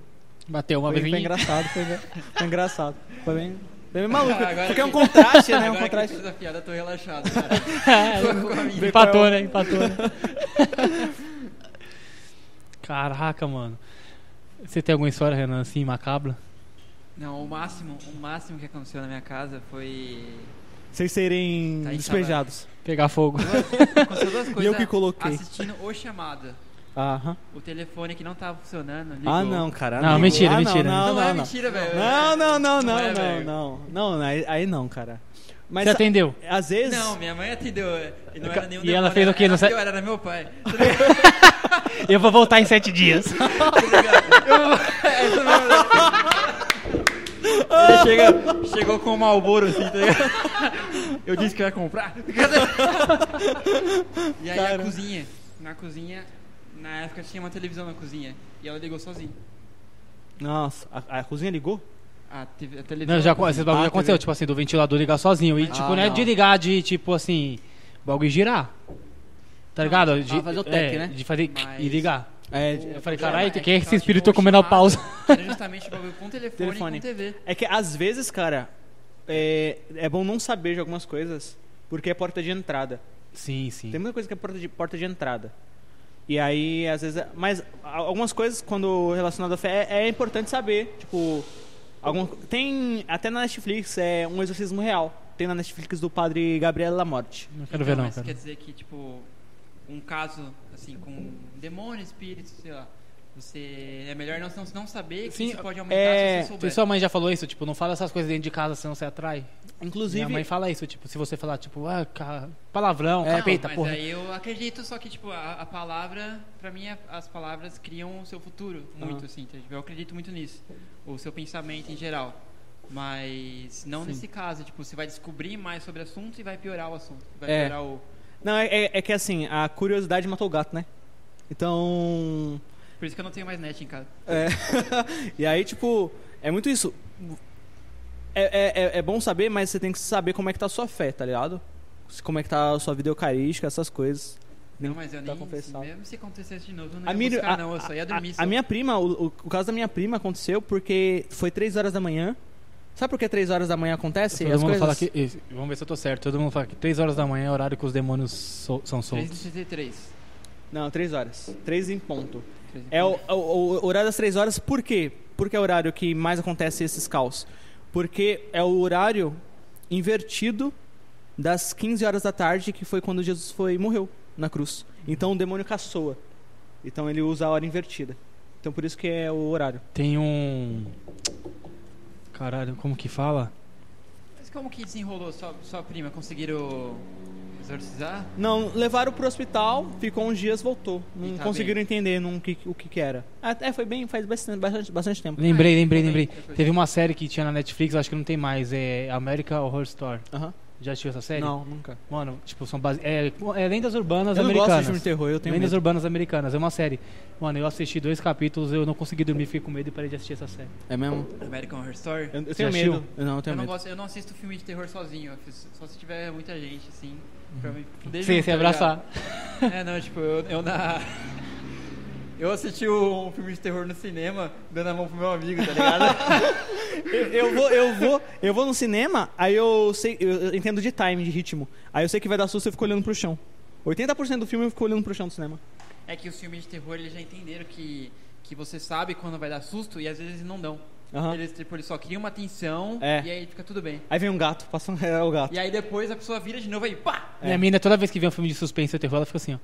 [SPEAKER 2] Bateu uma
[SPEAKER 1] Foi,
[SPEAKER 2] vez
[SPEAKER 1] foi
[SPEAKER 2] em-
[SPEAKER 1] engraçado, foi, bem- foi engraçado. Foi bem, foi bem maluco.
[SPEAKER 3] Ah, Agora
[SPEAKER 1] porque é um
[SPEAKER 3] que-
[SPEAKER 1] contraste, né? É um
[SPEAKER 3] Agora que
[SPEAKER 1] contraste. É,
[SPEAKER 3] eu fiz a piada, eu tô relaxado, cara. Com- com a minha.
[SPEAKER 2] Empatou, né? Empatou, né? Caraca, mano. Você tem alguma história, Renan, assim, macabra?
[SPEAKER 3] Não, o máximo, o máximo que aconteceu na minha casa foi...
[SPEAKER 1] Vocês serem
[SPEAKER 3] Tá aí,
[SPEAKER 1] despejados.
[SPEAKER 2] Pegar fogo.
[SPEAKER 3] Aconteceu duas coisas.
[SPEAKER 1] E eu que coloquei.
[SPEAKER 3] Assistindo o chamado.
[SPEAKER 1] Aham.
[SPEAKER 3] O telefone que não tava funcionando. Ligou.
[SPEAKER 1] Ah, não, cara.
[SPEAKER 2] Não, mentira,
[SPEAKER 1] Ah, não,
[SPEAKER 2] mentira.
[SPEAKER 1] Não,
[SPEAKER 3] Não,
[SPEAKER 1] não,
[SPEAKER 3] é
[SPEAKER 1] não.
[SPEAKER 3] mentira, velho.
[SPEAKER 1] Não, não, não, não,
[SPEAKER 3] Não é,
[SPEAKER 1] não,
[SPEAKER 3] velho.
[SPEAKER 1] não. Não, aí, aí não, cara. Mas
[SPEAKER 2] Você atendeu?
[SPEAKER 1] a- às vezes.
[SPEAKER 3] Não, minha mãe atendeu. E, não era nenhum
[SPEAKER 2] E ela fez o quê?
[SPEAKER 3] Não
[SPEAKER 2] Não sei-
[SPEAKER 3] Era, era meu pai.
[SPEAKER 2] Eu vou voltar em sete dias.
[SPEAKER 3] É isso mesmo. Ele chega- chegou com o Malboro assim, tá ligado? Eu disse que eu ia comprar. E aí a cozinha. Na cozinha, na época tinha uma televisão na cozinha. E ela ligou sozinha.
[SPEAKER 1] Nossa, a, a cozinha ligou?
[SPEAKER 3] A, TV a televisão.
[SPEAKER 2] Não, já,
[SPEAKER 3] na cozinha.
[SPEAKER 2] esses bagulho
[SPEAKER 1] Ah,
[SPEAKER 2] já aconteceu,
[SPEAKER 3] né?
[SPEAKER 1] entendeu?
[SPEAKER 2] tipo assim, do ventilador ligar sozinho. E, tipo,
[SPEAKER 1] Ah,
[SPEAKER 2] não é
[SPEAKER 1] não.
[SPEAKER 2] de ligar de, tipo assim, o bagulho girar. Tá ligado? De
[SPEAKER 5] pra fazer o tec,
[SPEAKER 2] é,
[SPEAKER 5] né?
[SPEAKER 2] De fazer
[SPEAKER 3] Mas-
[SPEAKER 2] e ligar.
[SPEAKER 1] É,
[SPEAKER 2] Eu falei,
[SPEAKER 3] Não,
[SPEAKER 2] caralho,
[SPEAKER 3] mas
[SPEAKER 2] que que é
[SPEAKER 3] ela
[SPEAKER 2] esse
[SPEAKER 3] tinha
[SPEAKER 2] espírito
[SPEAKER 3] um
[SPEAKER 2] comendo a
[SPEAKER 3] chamado,
[SPEAKER 2] pausa?
[SPEAKER 3] Era justamente o bagulho com telefone,
[SPEAKER 1] Telefone.
[SPEAKER 3] e com TV.
[SPEAKER 1] é que às vezes, cara, é, é bom não saber de algumas coisas porque é porta de entrada.
[SPEAKER 2] Sim, sim.
[SPEAKER 1] Tem muita coisa que é porta de, porta de entrada. E aí, às vezes. é- Mas a- algumas coisas, quando relacionado à fé, é, é importante saber. Tipo. Algum, tem. Até na Netflix é um exorcismo real. Tem na Netflix do padre Gabriel Lamorte.
[SPEAKER 2] Não quero ver, não,
[SPEAKER 3] mas
[SPEAKER 2] cara.
[SPEAKER 3] quer dizer que, tipo, um caso, assim, com demônio, espírito, sei lá, você é melhor não, não, não saber que
[SPEAKER 2] Sim,
[SPEAKER 3] isso pode aumentar
[SPEAKER 1] é,
[SPEAKER 3] se você
[SPEAKER 2] Se
[SPEAKER 3] souber.
[SPEAKER 2] sua mãe já falou isso, tipo, não fala essas coisas dentro de casa, senão você atrai.
[SPEAKER 1] Inclusive.
[SPEAKER 2] Minha mãe fala isso, tipo, se você falar, tipo, ah, ca- palavrão,
[SPEAKER 1] É,
[SPEAKER 3] Não,
[SPEAKER 2] capeta,
[SPEAKER 3] mas
[SPEAKER 2] porra.
[SPEAKER 3] aí eu acredito, só que, tipo, a, a palavra, pra mim, a- as palavras criam o seu futuro, muito, assim, tá? eu acredito muito nisso, o seu pensamento em geral. Mas não nesse caso, tipo, você vai descobrir mais sobre o assunto e vai piorar o assunto. Vai
[SPEAKER 1] É.
[SPEAKER 3] piorar o...
[SPEAKER 1] Não, é, é- é que assim, a curiosidade matou o gato, né? Então.
[SPEAKER 3] Por isso que eu não tenho mais net em casa.
[SPEAKER 1] é, e aí, tipo, é muito isso. É, é- é- é bom saber, mas você tem que saber como é que tá a sua fé, tá ligado? Se- Como é que tá a sua vida eucarística, essas coisas.
[SPEAKER 3] Não, mas eu
[SPEAKER 1] tá
[SPEAKER 3] nem,
[SPEAKER 1] confessado.
[SPEAKER 3] mesmo se acontecesse de novo, eu não
[SPEAKER 1] A
[SPEAKER 3] ia
[SPEAKER 1] Miriam-
[SPEAKER 3] buscar,
[SPEAKER 1] a-
[SPEAKER 3] não, eu só ia
[SPEAKER 1] A,
[SPEAKER 3] dormir.
[SPEAKER 1] a
[SPEAKER 3] só.
[SPEAKER 1] minha prima, o, o- o caso da minha prima aconteceu porque foi 3 horas da manhã. Sabe por que 3 horas da manhã acontece?
[SPEAKER 2] Todo
[SPEAKER 1] As
[SPEAKER 2] mundo
[SPEAKER 1] coisas-
[SPEAKER 2] fala que. esse- Vamos ver se eu tô certo. Todo mundo fala que 3 horas da manhã é o horário que os demônios sol- são soltos.
[SPEAKER 3] 363.
[SPEAKER 1] Não, 3 horas. 3 em ponto.
[SPEAKER 3] Três em
[SPEAKER 1] É o,
[SPEAKER 3] ponto.
[SPEAKER 1] o- o horário das três horas, por quê? Porque é o horário que mais acontece esses caos. Porque é o horário invertido das 15 horas da tarde, que foi quando Jesus foi morreu na cruz. Então o demônio caçoa. Então ele usa a hora invertida. Então por isso que é o horário.
[SPEAKER 2] Tem um. Caralho, como que fala?
[SPEAKER 3] Mas como que desenrolou sua, sua prima? Conseguiram exorcizar?
[SPEAKER 1] Não, levaram pro hospital, ficou uns dias, voltou. Não
[SPEAKER 3] tá
[SPEAKER 1] conseguiram entender não, o, que, o que que era. Até Ah, é, foi bem, faz bastante, bastante, bastante tempo.
[SPEAKER 2] Lembrei,
[SPEAKER 3] Ah,
[SPEAKER 2] lembrei,
[SPEAKER 3] também,
[SPEAKER 2] lembrei.
[SPEAKER 3] depois.
[SPEAKER 2] Teve uma série que tinha na Netflix, acho que não tem mais, é America Horror Story.
[SPEAKER 1] Aham.
[SPEAKER 2] Já assistiu essa série?
[SPEAKER 1] Não, nunca.
[SPEAKER 2] Mano, tipo, são base... é, é lendas urbanas
[SPEAKER 1] eu não gosto de
[SPEAKER 2] americanas.
[SPEAKER 1] filme de terror, eu tenho
[SPEAKER 2] lendas
[SPEAKER 1] medo.
[SPEAKER 2] urbanas americanas, é uma série. Mano, eu assisti dois capítulos, eu não consegui dormir, fiquei com medo e parei de assistir essa série.
[SPEAKER 1] É mesmo?
[SPEAKER 3] American Horror Story?
[SPEAKER 1] Eu, eu
[SPEAKER 2] Já
[SPEAKER 1] tenho
[SPEAKER 2] assistiu?
[SPEAKER 1] medo. Eu não, eu tenho
[SPEAKER 3] Eu não,
[SPEAKER 1] medo.
[SPEAKER 3] gosto, eu não assisto filme de terror sozinho, eu assisto- só se tiver muita gente, assim,
[SPEAKER 1] Uhum.
[SPEAKER 3] pra me poder
[SPEAKER 2] Sem
[SPEAKER 3] junto,
[SPEAKER 2] se
[SPEAKER 3] tá ligado?
[SPEAKER 2] abraçar.
[SPEAKER 3] É, não, tipo, eu, eu na. Eu assisti um filme de terror no cinema, dando a mão pro meu amigo, tá ligado?
[SPEAKER 1] Eu, eu vou, eu vou, eu vou no cinema, aí eu sei, eu eu entendo de time, de ritmo. Aí eu sei que vai dar susto, eu fico olhando pro chão. 80% do filme eu fico olhando pro chão do cinema.
[SPEAKER 3] é que os filmes de terror eles já entenderam que, que você sabe quando vai dar susto e às vezes não dão.
[SPEAKER 1] Aham.
[SPEAKER 3] Eles, tipo, eles só criam uma tensão
[SPEAKER 1] É.
[SPEAKER 3] e aí fica tudo bem.
[SPEAKER 1] Aí vem um gato, passa um... é o gato.
[SPEAKER 3] E aí depois a pessoa vira de novo e pá!
[SPEAKER 1] É.
[SPEAKER 2] Minha mina, toda vez que vê um filme de suspense ou terror, ela fica assim, ó.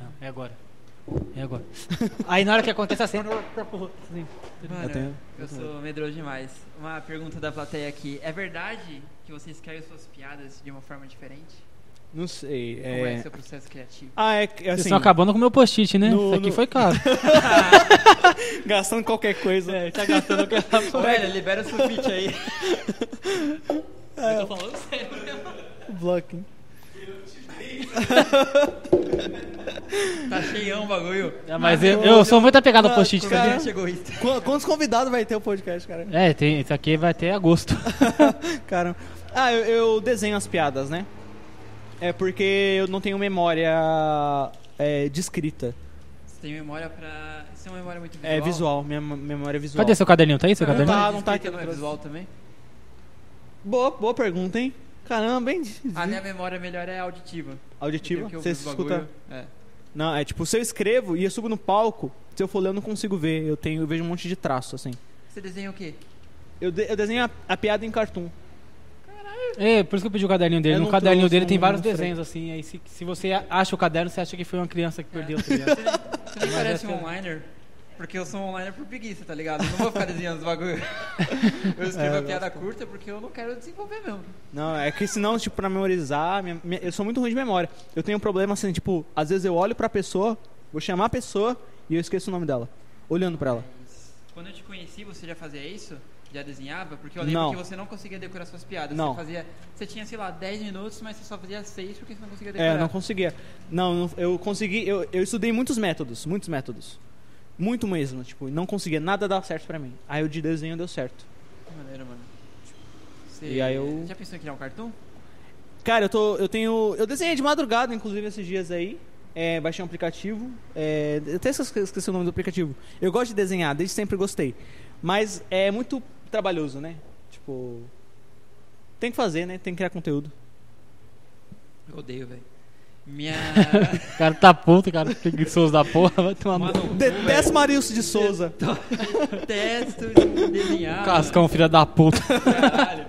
[SPEAKER 2] Ah, É agora. É agora. Aí na hora que acontece a cena,
[SPEAKER 1] É
[SPEAKER 2] assim,
[SPEAKER 3] Mano, eu,
[SPEAKER 1] tenho-
[SPEAKER 3] sou medroso demais. Uma pergunta da plateia aqui. É verdade que você escreve suas piadas de uma forma diferente?
[SPEAKER 1] Não sei,
[SPEAKER 3] Como é
[SPEAKER 1] é...
[SPEAKER 3] seu processo criativo?
[SPEAKER 1] Ah, é que,
[SPEAKER 2] Vocês
[SPEAKER 1] assim,
[SPEAKER 2] estão acabando com o meu post-it, né?
[SPEAKER 1] No-
[SPEAKER 2] Isso aqui
[SPEAKER 1] no-
[SPEAKER 2] foi caro.
[SPEAKER 1] gastando qualquer coisa. É, tá gastando qualquer
[SPEAKER 3] Olha, libera o sulfite aí. Eu tô falando sério.
[SPEAKER 1] Blocking.
[SPEAKER 3] Tá cheião o bagulho.
[SPEAKER 2] Mas eu, eu sou muito apegado ao post-it
[SPEAKER 3] Como é
[SPEAKER 2] também.
[SPEAKER 3] que chegou isso?
[SPEAKER 1] Quantos convidados vai ter o podcast, cara?
[SPEAKER 2] É, tem, isso aqui vai até agosto.
[SPEAKER 1] Caramba. Ah, eu, eu desenho as piadas, né? É porque eu não tenho memória é, de escrita.
[SPEAKER 3] Você tem memória pra... Você tem uma memória muito visual?
[SPEAKER 1] É visual, minha mem- memória é visual.
[SPEAKER 2] Cadê seu caderninho? Tá aí seu
[SPEAKER 1] Não,
[SPEAKER 2] caderninho?
[SPEAKER 1] tá, não tá aqui
[SPEAKER 3] Escrita não é
[SPEAKER 1] atrás.
[SPEAKER 3] visual também?
[SPEAKER 1] Boa, boa pergunta, hein? Caramba, hein?
[SPEAKER 3] A minha memória melhor é auditiva.
[SPEAKER 1] Auditiva?
[SPEAKER 3] Entendeu? Que Ah, eu
[SPEAKER 1] Você
[SPEAKER 3] ouvi o
[SPEAKER 1] escuta.
[SPEAKER 3] bagulho. É.
[SPEAKER 1] Não, é tipo, se eu escrevo e eu subo no palco, se eu for ler, eu não consigo ver. Eu, tenho, eu vejo um monte de traço, assim.
[SPEAKER 3] Você desenha o quê?
[SPEAKER 1] Eu, de- eu desenho a, a piada em cartoon.
[SPEAKER 2] É, por isso que eu pedi o caderninho dele.
[SPEAKER 1] Eu
[SPEAKER 2] No
[SPEAKER 1] não
[SPEAKER 2] caderninho
[SPEAKER 1] trouxe, um
[SPEAKER 2] dele tem
[SPEAKER 1] não-
[SPEAKER 2] vários
[SPEAKER 1] não freio.
[SPEAKER 2] desenhos, assim. Aí se, se você acha o caderno, você acha que foi uma criança que perdeu. tá ligado?
[SPEAKER 3] Você, você nem parece um
[SPEAKER 2] essa-
[SPEAKER 3] onliner. Porque eu sou um onliner por preguiça, tá ligado? Eu não vou ficar desenhando os bagulho. Eu escrevo
[SPEAKER 1] É,
[SPEAKER 3] a
[SPEAKER 1] eu
[SPEAKER 3] piada curta porque eu não quero desenvolver mesmo.
[SPEAKER 1] Não, é que senão, tipo, pra memorizar, minha- minha- eu sou muito ruim de memória. Eu tenho um problema assim, tipo, às vezes eu olho pra pessoa, vou chamar a pessoa e eu esqueço o nome dela. Olhando pra ela.
[SPEAKER 3] Quando eu te conheci, você já fazia isso? Já desenhava? Porque eu lembro
[SPEAKER 1] Não.
[SPEAKER 3] que você não conseguia decorar suas piadas.
[SPEAKER 1] Não.
[SPEAKER 3] Você fazia. Você tinha, sei lá, 10 minutos, mas você só fazia 6 porque você não conseguia decorar.
[SPEAKER 1] É, não conseguia. Não, não- eu consegui. Eu, eu estudei muitos métodos, muitos métodos. Muito mesmo, tipo, não conseguia nada dar certo pra mim. Aí o de desenho deu certo.
[SPEAKER 3] Que maneiro, mano. Você
[SPEAKER 1] E aí eu-
[SPEAKER 3] Já pensou em criar um cartoon?
[SPEAKER 1] Cara, eu tô. Eu tenho. Eu desenhei de madrugada, inclusive, esses dias aí. É, baixei um aplicativo. É, eu até esque- esqueci o nome do aplicativo. Eu gosto de desenhar, desde sempre gostei. Mas é muito trabalhoso, né? Tipo. Tem que fazer, né? Tem que criar conteúdo.
[SPEAKER 3] Eu odeio, velho. Minha.
[SPEAKER 2] O cara tá puto, o cara preguiçoso da porra. Vai tomar no...
[SPEAKER 3] Mano,
[SPEAKER 1] Detesto Marilson de Souza.
[SPEAKER 3] detesto desenhar.
[SPEAKER 2] Cascão, filha da puta.
[SPEAKER 3] mano. Caralho.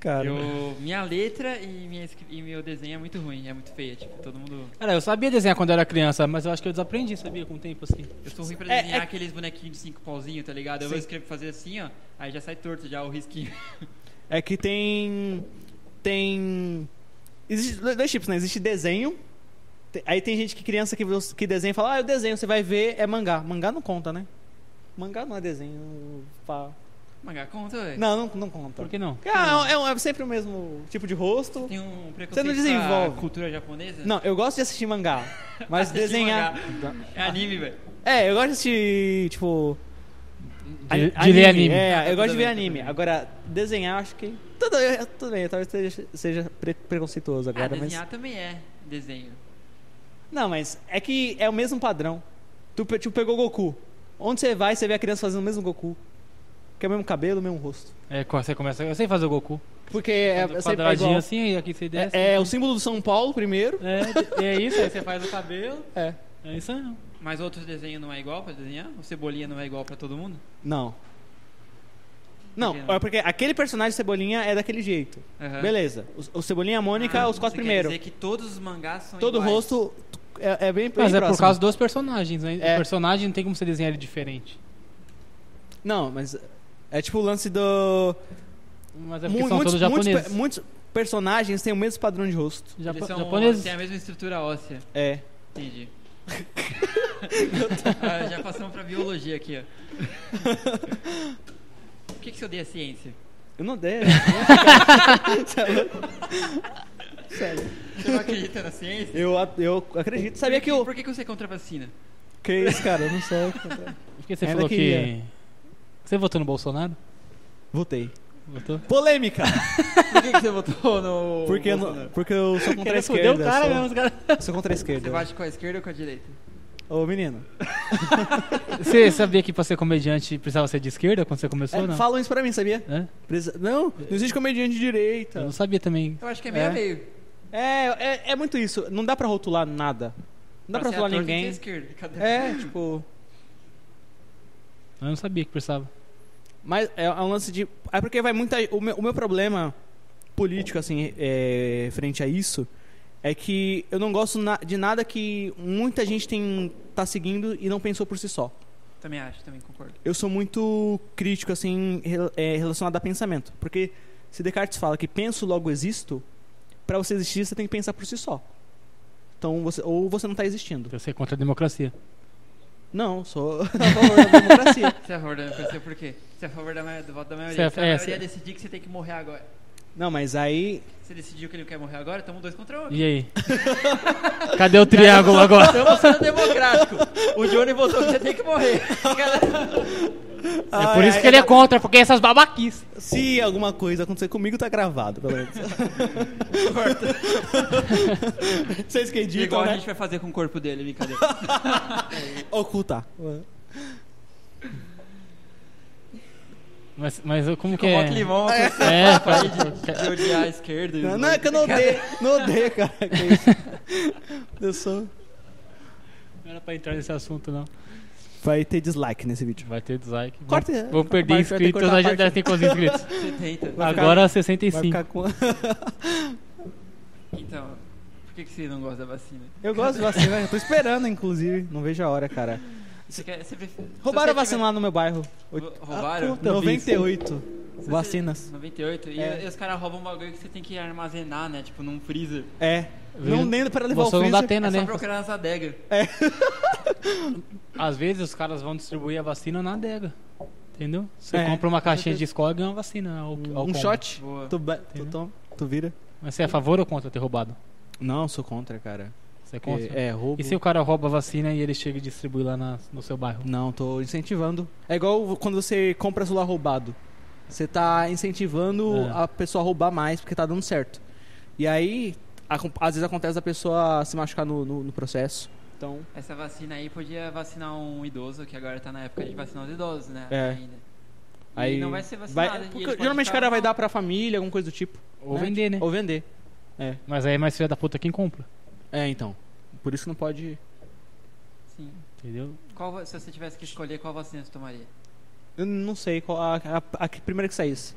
[SPEAKER 1] Cara.
[SPEAKER 3] Eu- minha letra e, minha escri- e meu desenho é muito ruim, é muito feia. Tipo, todo mundo.
[SPEAKER 2] Cara, eu sabia desenhar quando eu era criança, mas eu acho que eu desaprendi, sabia, com o tempo, assim.
[SPEAKER 3] Eu sou ruim pra
[SPEAKER 1] É,
[SPEAKER 3] desenhar
[SPEAKER 1] é-
[SPEAKER 3] aqueles bonequinhos de cinco pauzinhos, tá ligado? Eu vou escrever, fazer assim, ó, aí já sai torto já o risquinho.
[SPEAKER 1] É que tem. Tem. Existe dois tipos, né? Existe desenho. te- Aí tem gente que criança que, você- que desenha e fala, ah, eu desenho, você vai ver, é mangá. Mangá não conta, né? Mangá não é desenho. pá.
[SPEAKER 3] Mangá, conta, velho.
[SPEAKER 1] Não, não, não conta.
[SPEAKER 2] Por que não?
[SPEAKER 1] Ah, é, um- é sempre o mesmo tipo de rosto.
[SPEAKER 3] Tem um preconceito
[SPEAKER 1] Você não desenvolve.
[SPEAKER 3] com a cultura japonesa?
[SPEAKER 1] Não, eu gosto de assistir mangá. Mas
[SPEAKER 3] Assistir
[SPEAKER 1] desenhar.
[SPEAKER 3] É anime, velho.
[SPEAKER 1] É, eu gosto de assistir, tipo.
[SPEAKER 2] De, de ler anime.
[SPEAKER 1] É,
[SPEAKER 3] Ah,
[SPEAKER 1] eu gosto
[SPEAKER 3] tudo
[SPEAKER 1] de ver
[SPEAKER 3] bem,
[SPEAKER 1] anime.
[SPEAKER 3] tudo bem.
[SPEAKER 1] Agora, desenhar, acho que. Tudo, tudo bem, talvez seja, seja pre- preconceituoso
[SPEAKER 3] Ah,
[SPEAKER 1] agora, mas.
[SPEAKER 3] desenhar também é desenho.
[SPEAKER 1] Não, mas é que é o mesmo padrão. Tu, pe- tipo, pegou Goku. Onde você vai, você vê a criança fazendo o mesmo Goku. Que é o mesmo cabelo, o mesmo rosto.
[SPEAKER 2] É, quando você começa... Eu sei fazer o Goku.
[SPEAKER 1] Porque é, é sempre é
[SPEAKER 2] Quadradinho
[SPEAKER 1] igual.
[SPEAKER 2] assim, aí aqui você desce.
[SPEAKER 1] É, é o símbolo do São Paulo primeiro.
[SPEAKER 2] É, é isso, aí você faz o cabelo.
[SPEAKER 1] É.
[SPEAKER 2] É isso aí.
[SPEAKER 3] Mas outros desenhos não é igual pra desenhar? O Cebolinha não é igual pra todo mundo?
[SPEAKER 1] Não. Não,
[SPEAKER 3] Por que não?
[SPEAKER 1] é porque aquele personagem Cebolinha é daquele jeito.
[SPEAKER 3] Aham.
[SPEAKER 1] Beleza. O, o Cebolinha, a Mônica, é
[SPEAKER 3] Ah,
[SPEAKER 1] os quatro
[SPEAKER 3] você quer
[SPEAKER 1] primeiros.
[SPEAKER 3] dizer que todos os mangás são
[SPEAKER 1] Todo o
[SPEAKER 3] iguais.
[SPEAKER 1] rosto é, é bem bem
[SPEAKER 2] Mas é por
[SPEAKER 1] próximo.
[SPEAKER 2] causa dos personagens, né?
[SPEAKER 1] É.
[SPEAKER 2] O personagem não tem como você desenhar ele diferente.
[SPEAKER 1] Não, mas é tipo o lance do.
[SPEAKER 2] Mas é
[SPEAKER 1] Mu-
[SPEAKER 2] porque são todos japoneses.
[SPEAKER 1] muitos pe- muitos personagens têm o mesmo padrão de rosto.
[SPEAKER 2] Japa-
[SPEAKER 3] Eles são,
[SPEAKER 2] japoneses.
[SPEAKER 3] Tem a mesma estrutura óssea.
[SPEAKER 1] É.
[SPEAKER 3] Entendi. Ah, já passamos pra biologia aqui, ó. Por que, que você odeia a ciência?
[SPEAKER 1] Eu não é, dei. Sério.
[SPEAKER 3] Você não acredita na ciência?
[SPEAKER 1] Eu, a- eu acredito. Sabia que eu.
[SPEAKER 3] Por que, que você é contra a vacina?
[SPEAKER 1] Que isso, cara? Eu não sei.
[SPEAKER 2] Por que você
[SPEAKER 1] Ainda
[SPEAKER 2] falou que...
[SPEAKER 1] queria.
[SPEAKER 2] Você votou no Bolsonaro?
[SPEAKER 1] Voltei.
[SPEAKER 2] Votou?
[SPEAKER 1] Polêmica!
[SPEAKER 3] Por que, que você votou no.
[SPEAKER 1] Porque, eu, não- porque eu sou contra a
[SPEAKER 2] Queria
[SPEAKER 1] esquerda.
[SPEAKER 2] foder o cara
[SPEAKER 1] sou,
[SPEAKER 2] mesmo, os caras.
[SPEAKER 1] sou contra a esquerda.
[SPEAKER 3] Você bate com a esquerda ou com a direita?
[SPEAKER 1] Ô, menino.
[SPEAKER 2] Você sabia que pra ser comediante precisava ser de esquerda quando você começou,
[SPEAKER 1] É,
[SPEAKER 2] não?
[SPEAKER 1] falam isso pra mim, sabia?
[SPEAKER 2] Hã?
[SPEAKER 1] Precisa- Não, não existe comediante de
[SPEAKER 2] Eu
[SPEAKER 1] direita.
[SPEAKER 2] não sabia também.
[SPEAKER 3] Eu acho que é meio
[SPEAKER 1] É.
[SPEAKER 3] a meio.
[SPEAKER 1] É, é, é muito isso. Não dá pra rotular nada. Não dá pra
[SPEAKER 3] Pra ser
[SPEAKER 1] rotular
[SPEAKER 3] ator, tem que ser
[SPEAKER 1] ninguém.
[SPEAKER 3] esquerda. Cadê?
[SPEAKER 1] É, tipo.
[SPEAKER 2] Eu não sabia que precisava.
[SPEAKER 1] Mas é, é um lance de. É porque vai muita. O meu, o meu problema político, assim, é, frente a isso, é que eu não gosto na- de nada que muita gente tem, tá seguindo e não pensou por si só.
[SPEAKER 3] Também acho, também concordo.
[SPEAKER 1] Eu sou muito crítico, assim, rel- é, relacionado a pensamento. Porque se Descartes fala que penso, logo existo, pra você existir, você tem que pensar por si só. Então, você, ou você não tá existindo.
[SPEAKER 2] Então Você é contra a democracia.
[SPEAKER 1] Não, sou a favor da democracia.
[SPEAKER 3] Você é a favor da democracia por quê? Você é a favor da maio- do voto da
[SPEAKER 2] Você é-
[SPEAKER 3] maioria. Se a
[SPEAKER 2] é,
[SPEAKER 3] maioria
[SPEAKER 2] você-
[SPEAKER 3] decidir que você tem que morrer agora.
[SPEAKER 1] Não, mas aí.
[SPEAKER 3] Você decidiu que ele quer morrer agora, estamos dois contra um.
[SPEAKER 2] E aí? Cadê o triângulo agora?
[SPEAKER 1] Então
[SPEAKER 3] Estamos sendo democrático. O Johnny votou que você tem que morrer. Galera,
[SPEAKER 2] É por isso que ele é contra, porque essas babaquices.
[SPEAKER 1] Se alguma coisa acontecer comigo, tá gravado, pelo menos. Vocês que editam,
[SPEAKER 3] Igual a
[SPEAKER 1] né?
[SPEAKER 3] gente vai fazer com o corpo dele, brincadeira.
[SPEAKER 1] Ocultar.
[SPEAKER 2] Mas, mas eu- como que
[SPEAKER 3] Com
[SPEAKER 2] é?
[SPEAKER 3] voto limão, uma pessoa
[SPEAKER 2] É, pra-
[SPEAKER 3] de odiar a esquerda.
[SPEAKER 1] Não, não, é que eu não odeio. Não odeio, cara. Que isso. Eu sou...
[SPEAKER 2] não era pra entrar nesse assunto, não.
[SPEAKER 1] Vai ter dislike nesse vídeo.
[SPEAKER 2] Vai ter dislike.
[SPEAKER 1] Corta. é.
[SPEAKER 2] Vou- Vou perder
[SPEAKER 1] Vai- vai ter que
[SPEAKER 2] inscritos,
[SPEAKER 1] cortar a
[SPEAKER 2] nós já
[SPEAKER 1] parte.
[SPEAKER 2] deve ter quantos inscritos?
[SPEAKER 3] Você tenta.
[SPEAKER 1] Vai ficar-
[SPEAKER 2] Agora é
[SPEAKER 1] Vai
[SPEAKER 2] 65.
[SPEAKER 1] ficar com...
[SPEAKER 3] Então, por que, que você não gosta da vacina?
[SPEAKER 1] Eu gosto de vacina. Tô esperando, inclusive. Não vejo a hora, cara.
[SPEAKER 3] Você quer, você prefere- se
[SPEAKER 1] Roubaram a
[SPEAKER 3] você
[SPEAKER 1] vacina lá no meu bairro.
[SPEAKER 3] tiver-
[SPEAKER 1] Oito-
[SPEAKER 3] Roubaram?
[SPEAKER 1] Puta, 98
[SPEAKER 3] Se
[SPEAKER 1] vacinas.
[SPEAKER 3] Você... 98? E,
[SPEAKER 1] É.
[SPEAKER 3] e os caras roubam um bagulho que você tem que armazenar, né? Tipo, num freezer.
[SPEAKER 1] É. Não nem pra levar
[SPEAKER 2] Você
[SPEAKER 1] o
[SPEAKER 2] não
[SPEAKER 1] freezer.
[SPEAKER 2] dá pena,
[SPEAKER 3] é só
[SPEAKER 2] né?
[SPEAKER 3] procurar nas adegas.
[SPEAKER 1] É.
[SPEAKER 2] Às vezes os caras vão distribuir a vacina na adega. Entendeu? Você
[SPEAKER 1] É,
[SPEAKER 2] compra uma
[SPEAKER 1] com
[SPEAKER 2] caixinha
[SPEAKER 1] certeza.
[SPEAKER 2] de escola e ganha uma vacina. né? Ao, ao
[SPEAKER 1] Um
[SPEAKER 2] combo.
[SPEAKER 1] shot.
[SPEAKER 3] Boa.
[SPEAKER 1] Tu, ba- tu toma, tu vira.
[SPEAKER 2] Mas você é a favor ou contra ter roubado?
[SPEAKER 1] Não, sou contra, cara.
[SPEAKER 2] Você é contra?
[SPEAKER 1] É, é, roubo.
[SPEAKER 2] E se o cara rouba a vacina e ele chega e distribui lá na- no seu bairro?
[SPEAKER 1] Não, tô incentivando. É igual quando você compra celular roubado. Você tá incentivando
[SPEAKER 2] É.
[SPEAKER 1] a pessoa a roubar mais porque tá dando certo. E aí, a- às vezes acontece a pessoa se machucar no, no- no processo. Então,
[SPEAKER 3] Essa vacina aí podia vacinar um idoso, que agora tá na época de vacinar os idosos, né?
[SPEAKER 1] É.
[SPEAKER 3] Ainda. E
[SPEAKER 1] aí.
[SPEAKER 3] não vai ser
[SPEAKER 1] vai- é
[SPEAKER 3] vacinado. e ele
[SPEAKER 1] porque
[SPEAKER 3] pode
[SPEAKER 1] geralmente o
[SPEAKER 3] ficar-
[SPEAKER 1] cara vai dar pra família, alguma coisa do tipo.
[SPEAKER 2] Ou
[SPEAKER 1] né?
[SPEAKER 2] vender, né?
[SPEAKER 1] Ou vender.
[SPEAKER 2] Mas aí é mais filha da puta quem compra.
[SPEAKER 1] É, então. Por isso não pode.
[SPEAKER 3] Sim.
[SPEAKER 2] Entendeu?
[SPEAKER 3] Qual, va- se você tivesse que escolher, qual vacina você tomaria?
[SPEAKER 1] Eu não sei qual. A, a- a que- primeira que saísse.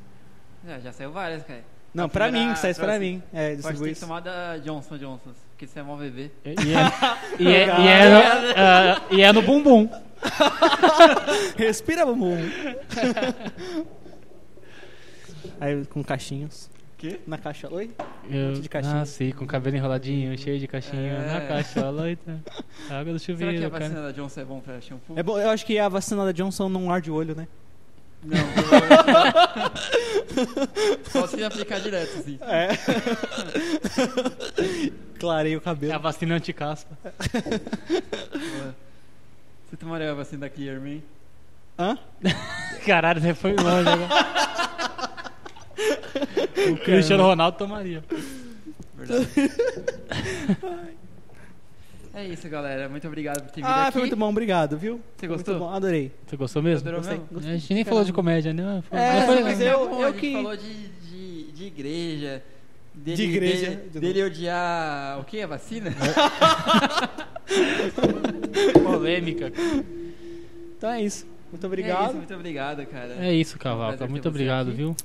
[SPEAKER 3] Já, já saiu várias, cara.
[SPEAKER 1] Não,
[SPEAKER 3] A
[SPEAKER 1] pra
[SPEAKER 3] primeira-
[SPEAKER 1] mim, que saísse
[SPEAKER 3] pra
[SPEAKER 1] pra
[SPEAKER 3] você.
[SPEAKER 1] mim. É,
[SPEAKER 3] Pode
[SPEAKER 1] distribui
[SPEAKER 3] ter que
[SPEAKER 1] isso.
[SPEAKER 3] tomar da Johnson Johnson, porque você é mó bebê.
[SPEAKER 2] E é, e é, e é no, ah, e é no bumbum.
[SPEAKER 1] Respira, bumbum. Aí com caixinhos. Que? Na caixa. Oi?
[SPEAKER 2] Eu
[SPEAKER 1] monte de caixinha.
[SPEAKER 2] nasci com o cabelo enroladinho, cheio de caixinha
[SPEAKER 3] É.
[SPEAKER 2] na caixola. e tá. Água do
[SPEAKER 3] Será que a
[SPEAKER 2] chuveiro,
[SPEAKER 3] vacina
[SPEAKER 2] cara.
[SPEAKER 3] da Johnson é bom pra shampoo?
[SPEAKER 1] É bom, eu acho que a vacina da Johnson não arde o olho, né?
[SPEAKER 3] Não, provavelmente não. Só se aplicar direto, assim.
[SPEAKER 1] É. Clarei o
[SPEAKER 2] É a
[SPEAKER 1] cabelo.
[SPEAKER 2] vacina anticaspa.
[SPEAKER 3] Boa. Você tomaria a vacina da Clearman?
[SPEAKER 1] Hã?
[SPEAKER 2] Caralho, você foi longe agora. o Cristiano Ronaldo tomaria.
[SPEAKER 3] Verdade. é isso, galera. Muito obrigado por ter vindo
[SPEAKER 1] Ah,
[SPEAKER 3] aqui.
[SPEAKER 1] foi muito bom, obrigado, viu?
[SPEAKER 3] Você
[SPEAKER 1] Muito
[SPEAKER 3] gostou?
[SPEAKER 1] bom, adorei.
[SPEAKER 2] Você gostou mesmo?
[SPEAKER 3] Adorou
[SPEAKER 1] Gostei.
[SPEAKER 3] mesmo?
[SPEAKER 2] A gente nem falou de comédia, né? Foi-
[SPEAKER 1] É,
[SPEAKER 2] mas foi-
[SPEAKER 1] mas
[SPEAKER 3] é
[SPEAKER 1] eu-
[SPEAKER 3] bom,
[SPEAKER 1] eu
[SPEAKER 3] a gente
[SPEAKER 1] que-
[SPEAKER 3] falou de, de, de igreja. Dele,
[SPEAKER 1] De igreja,
[SPEAKER 3] Dele,
[SPEAKER 1] de É,
[SPEAKER 3] dele odiar. O que? A vacina? É Polêmica.
[SPEAKER 1] Então é isso. Muito
[SPEAKER 3] É isso,
[SPEAKER 1] obrigado.
[SPEAKER 3] muito obrigado, cara.
[SPEAKER 2] É isso,
[SPEAKER 3] Prazer ter
[SPEAKER 2] Cavalca. Muito
[SPEAKER 3] você
[SPEAKER 2] obrigado,
[SPEAKER 3] aqui.
[SPEAKER 2] viu?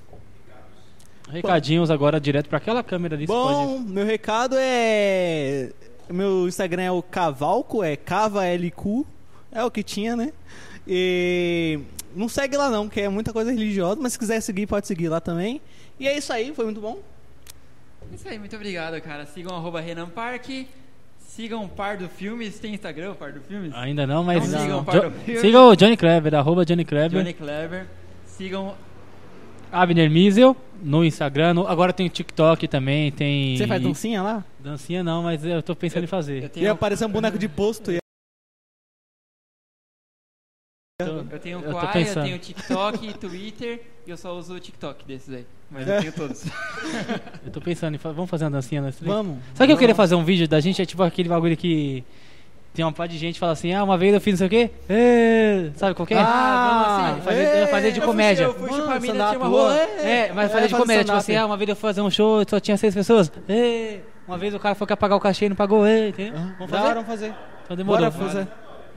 [SPEAKER 2] Recadinhos agora direto pra aquela câmera ali. você
[SPEAKER 1] bom, meu recado é. Meu Instagram é o Cavalco, é K-A-V-A-L-Q. É o que tinha, né? E não segue lá não, que é muita coisa religiosa, mas se quiser seguir, pode seguir lá também. E é isso aí, foi muito bom.
[SPEAKER 3] Isso aí, muito obrigado, cara. Sigam arroba Renan Parque. Sigam Pardo Filmes. Tem Instagram, Pardo Filmes?
[SPEAKER 2] Ainda não, mas.
[SPEAKER 3] Não, sigam o
[SPEAKER 2] Jo-
[SPEAKER 3] Pardo Filmes.
[SPEAKER 2] sigam o Johnny Kleber, arroba Johnny Kleber.
[SPEAKER 3] Johnny Kleber. Sigam.
[SPEAKER 2] Abner Miesel no Instagram. no- agora tem o TikTok também, tem.
[SPEAKER 1] Você faz dancinha lá?
[SPEAKER 2] Dancinha não, mas eu tô pensando em
[SPEAKER 3] Eu
[SPEAKER 2] fazer.
[SPEAKER 1] E
[SPEAKER 3] tenho,
[SPEAKER 1] aparecer um boneco de posto. E...
[SPEAKER 3] eu tenho
[SPEAKER 2] eu tô
[SPEAKER 3] Quai, eu
[SPEAKER 2] pensando.
[SPEAKER 3] tenho TikTok, Twitter. E eu só uso o TikTok desses aí. Mas eu tenho todos.
[SPEAKER 2] Eu tô pensando em fa- Vamos fazer uma dancinha nós três?
[SPEAKER 1] Vamos.
[SPEAKER 2] Sabe que eu queria fazer um vídeo da gente? É tipo aquele bagulho que tem uma parte de gente que fala assim: ah, uma vez eu fiz não sei o quê. Ê, sabe qual que é?
[SPEAKER 1] Ah,
[SPEAKER 2] vamos assim. Fazer,
[SPEAKER 1] ê,
[SPEAKER 2] fazer de
[SPEAKER 1] eu
[SPEAKER 3] fui-
[SPEAKER 2] comédia. Ah,
[SPEAKER 3] eu fui chupar a mina,
[SPEAKER 1] stand-up,
[SPEAKER 3] tinha uma
[SPEAKER 1] boa.
[SPEAKER 3] rola.
[SPEAKER 2] É,
[SPEAKER 1] É,
[SPEAKER 2] mas fazer de
[SPEAKER 1] fazer
[SPEAKER 2] comédia,
[SPEAKER 1] stand-up.
[SPEAKER 2] tipo assim, ah, uma vez eu fui fazer um show, só tinha seis pessoas. Ê, uma vez o cara foi que ia pagar o cachê e não pagou, ê, entendeu? ah, Vamos
[SPEAKER 1] Da
[SPEAKER 2] fazer?
[SPEAKER 1] hora, vamos fazer.
[SPEAKER 2] Então
[SPEAKER 1] Bora
[SPEAKER 2] demorou.
[SPEAKER 1] fazer.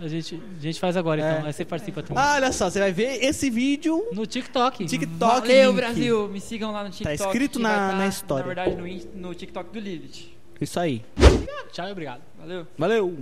[SPEAKER 2] A gente, a gente faz agora, então.
[SPEAKER 1] É.
[SPEAKER 2] Aí você participa também.
[SPEAKER 1] Ah, olha só, você vai ver esse vídeo
[SPEAKER 2] No TikTok.
[SPEAKER 1] TikTok.
[SPEAKER 3] Valeu,
[SPEAKER 1] link.
[SPEAKER 3] Brasil! Me sigam lá no TikTok.
[SPEAKER 1] escrito
[SPEAKER 3] que
[SPEAKER 1] na-
[SPEAKER 3] vai tá,
[SPEAKER 1] na história.
[SPEAKER 3] Na verdade, no, in- no TikTok do Lilith.
[SPEAKER 1] Isso aí.
[SPEAKER 2] Tchau, e obrigado.
[SPEAKER 3] Valeu!
[SPEAKER 1] Valeu.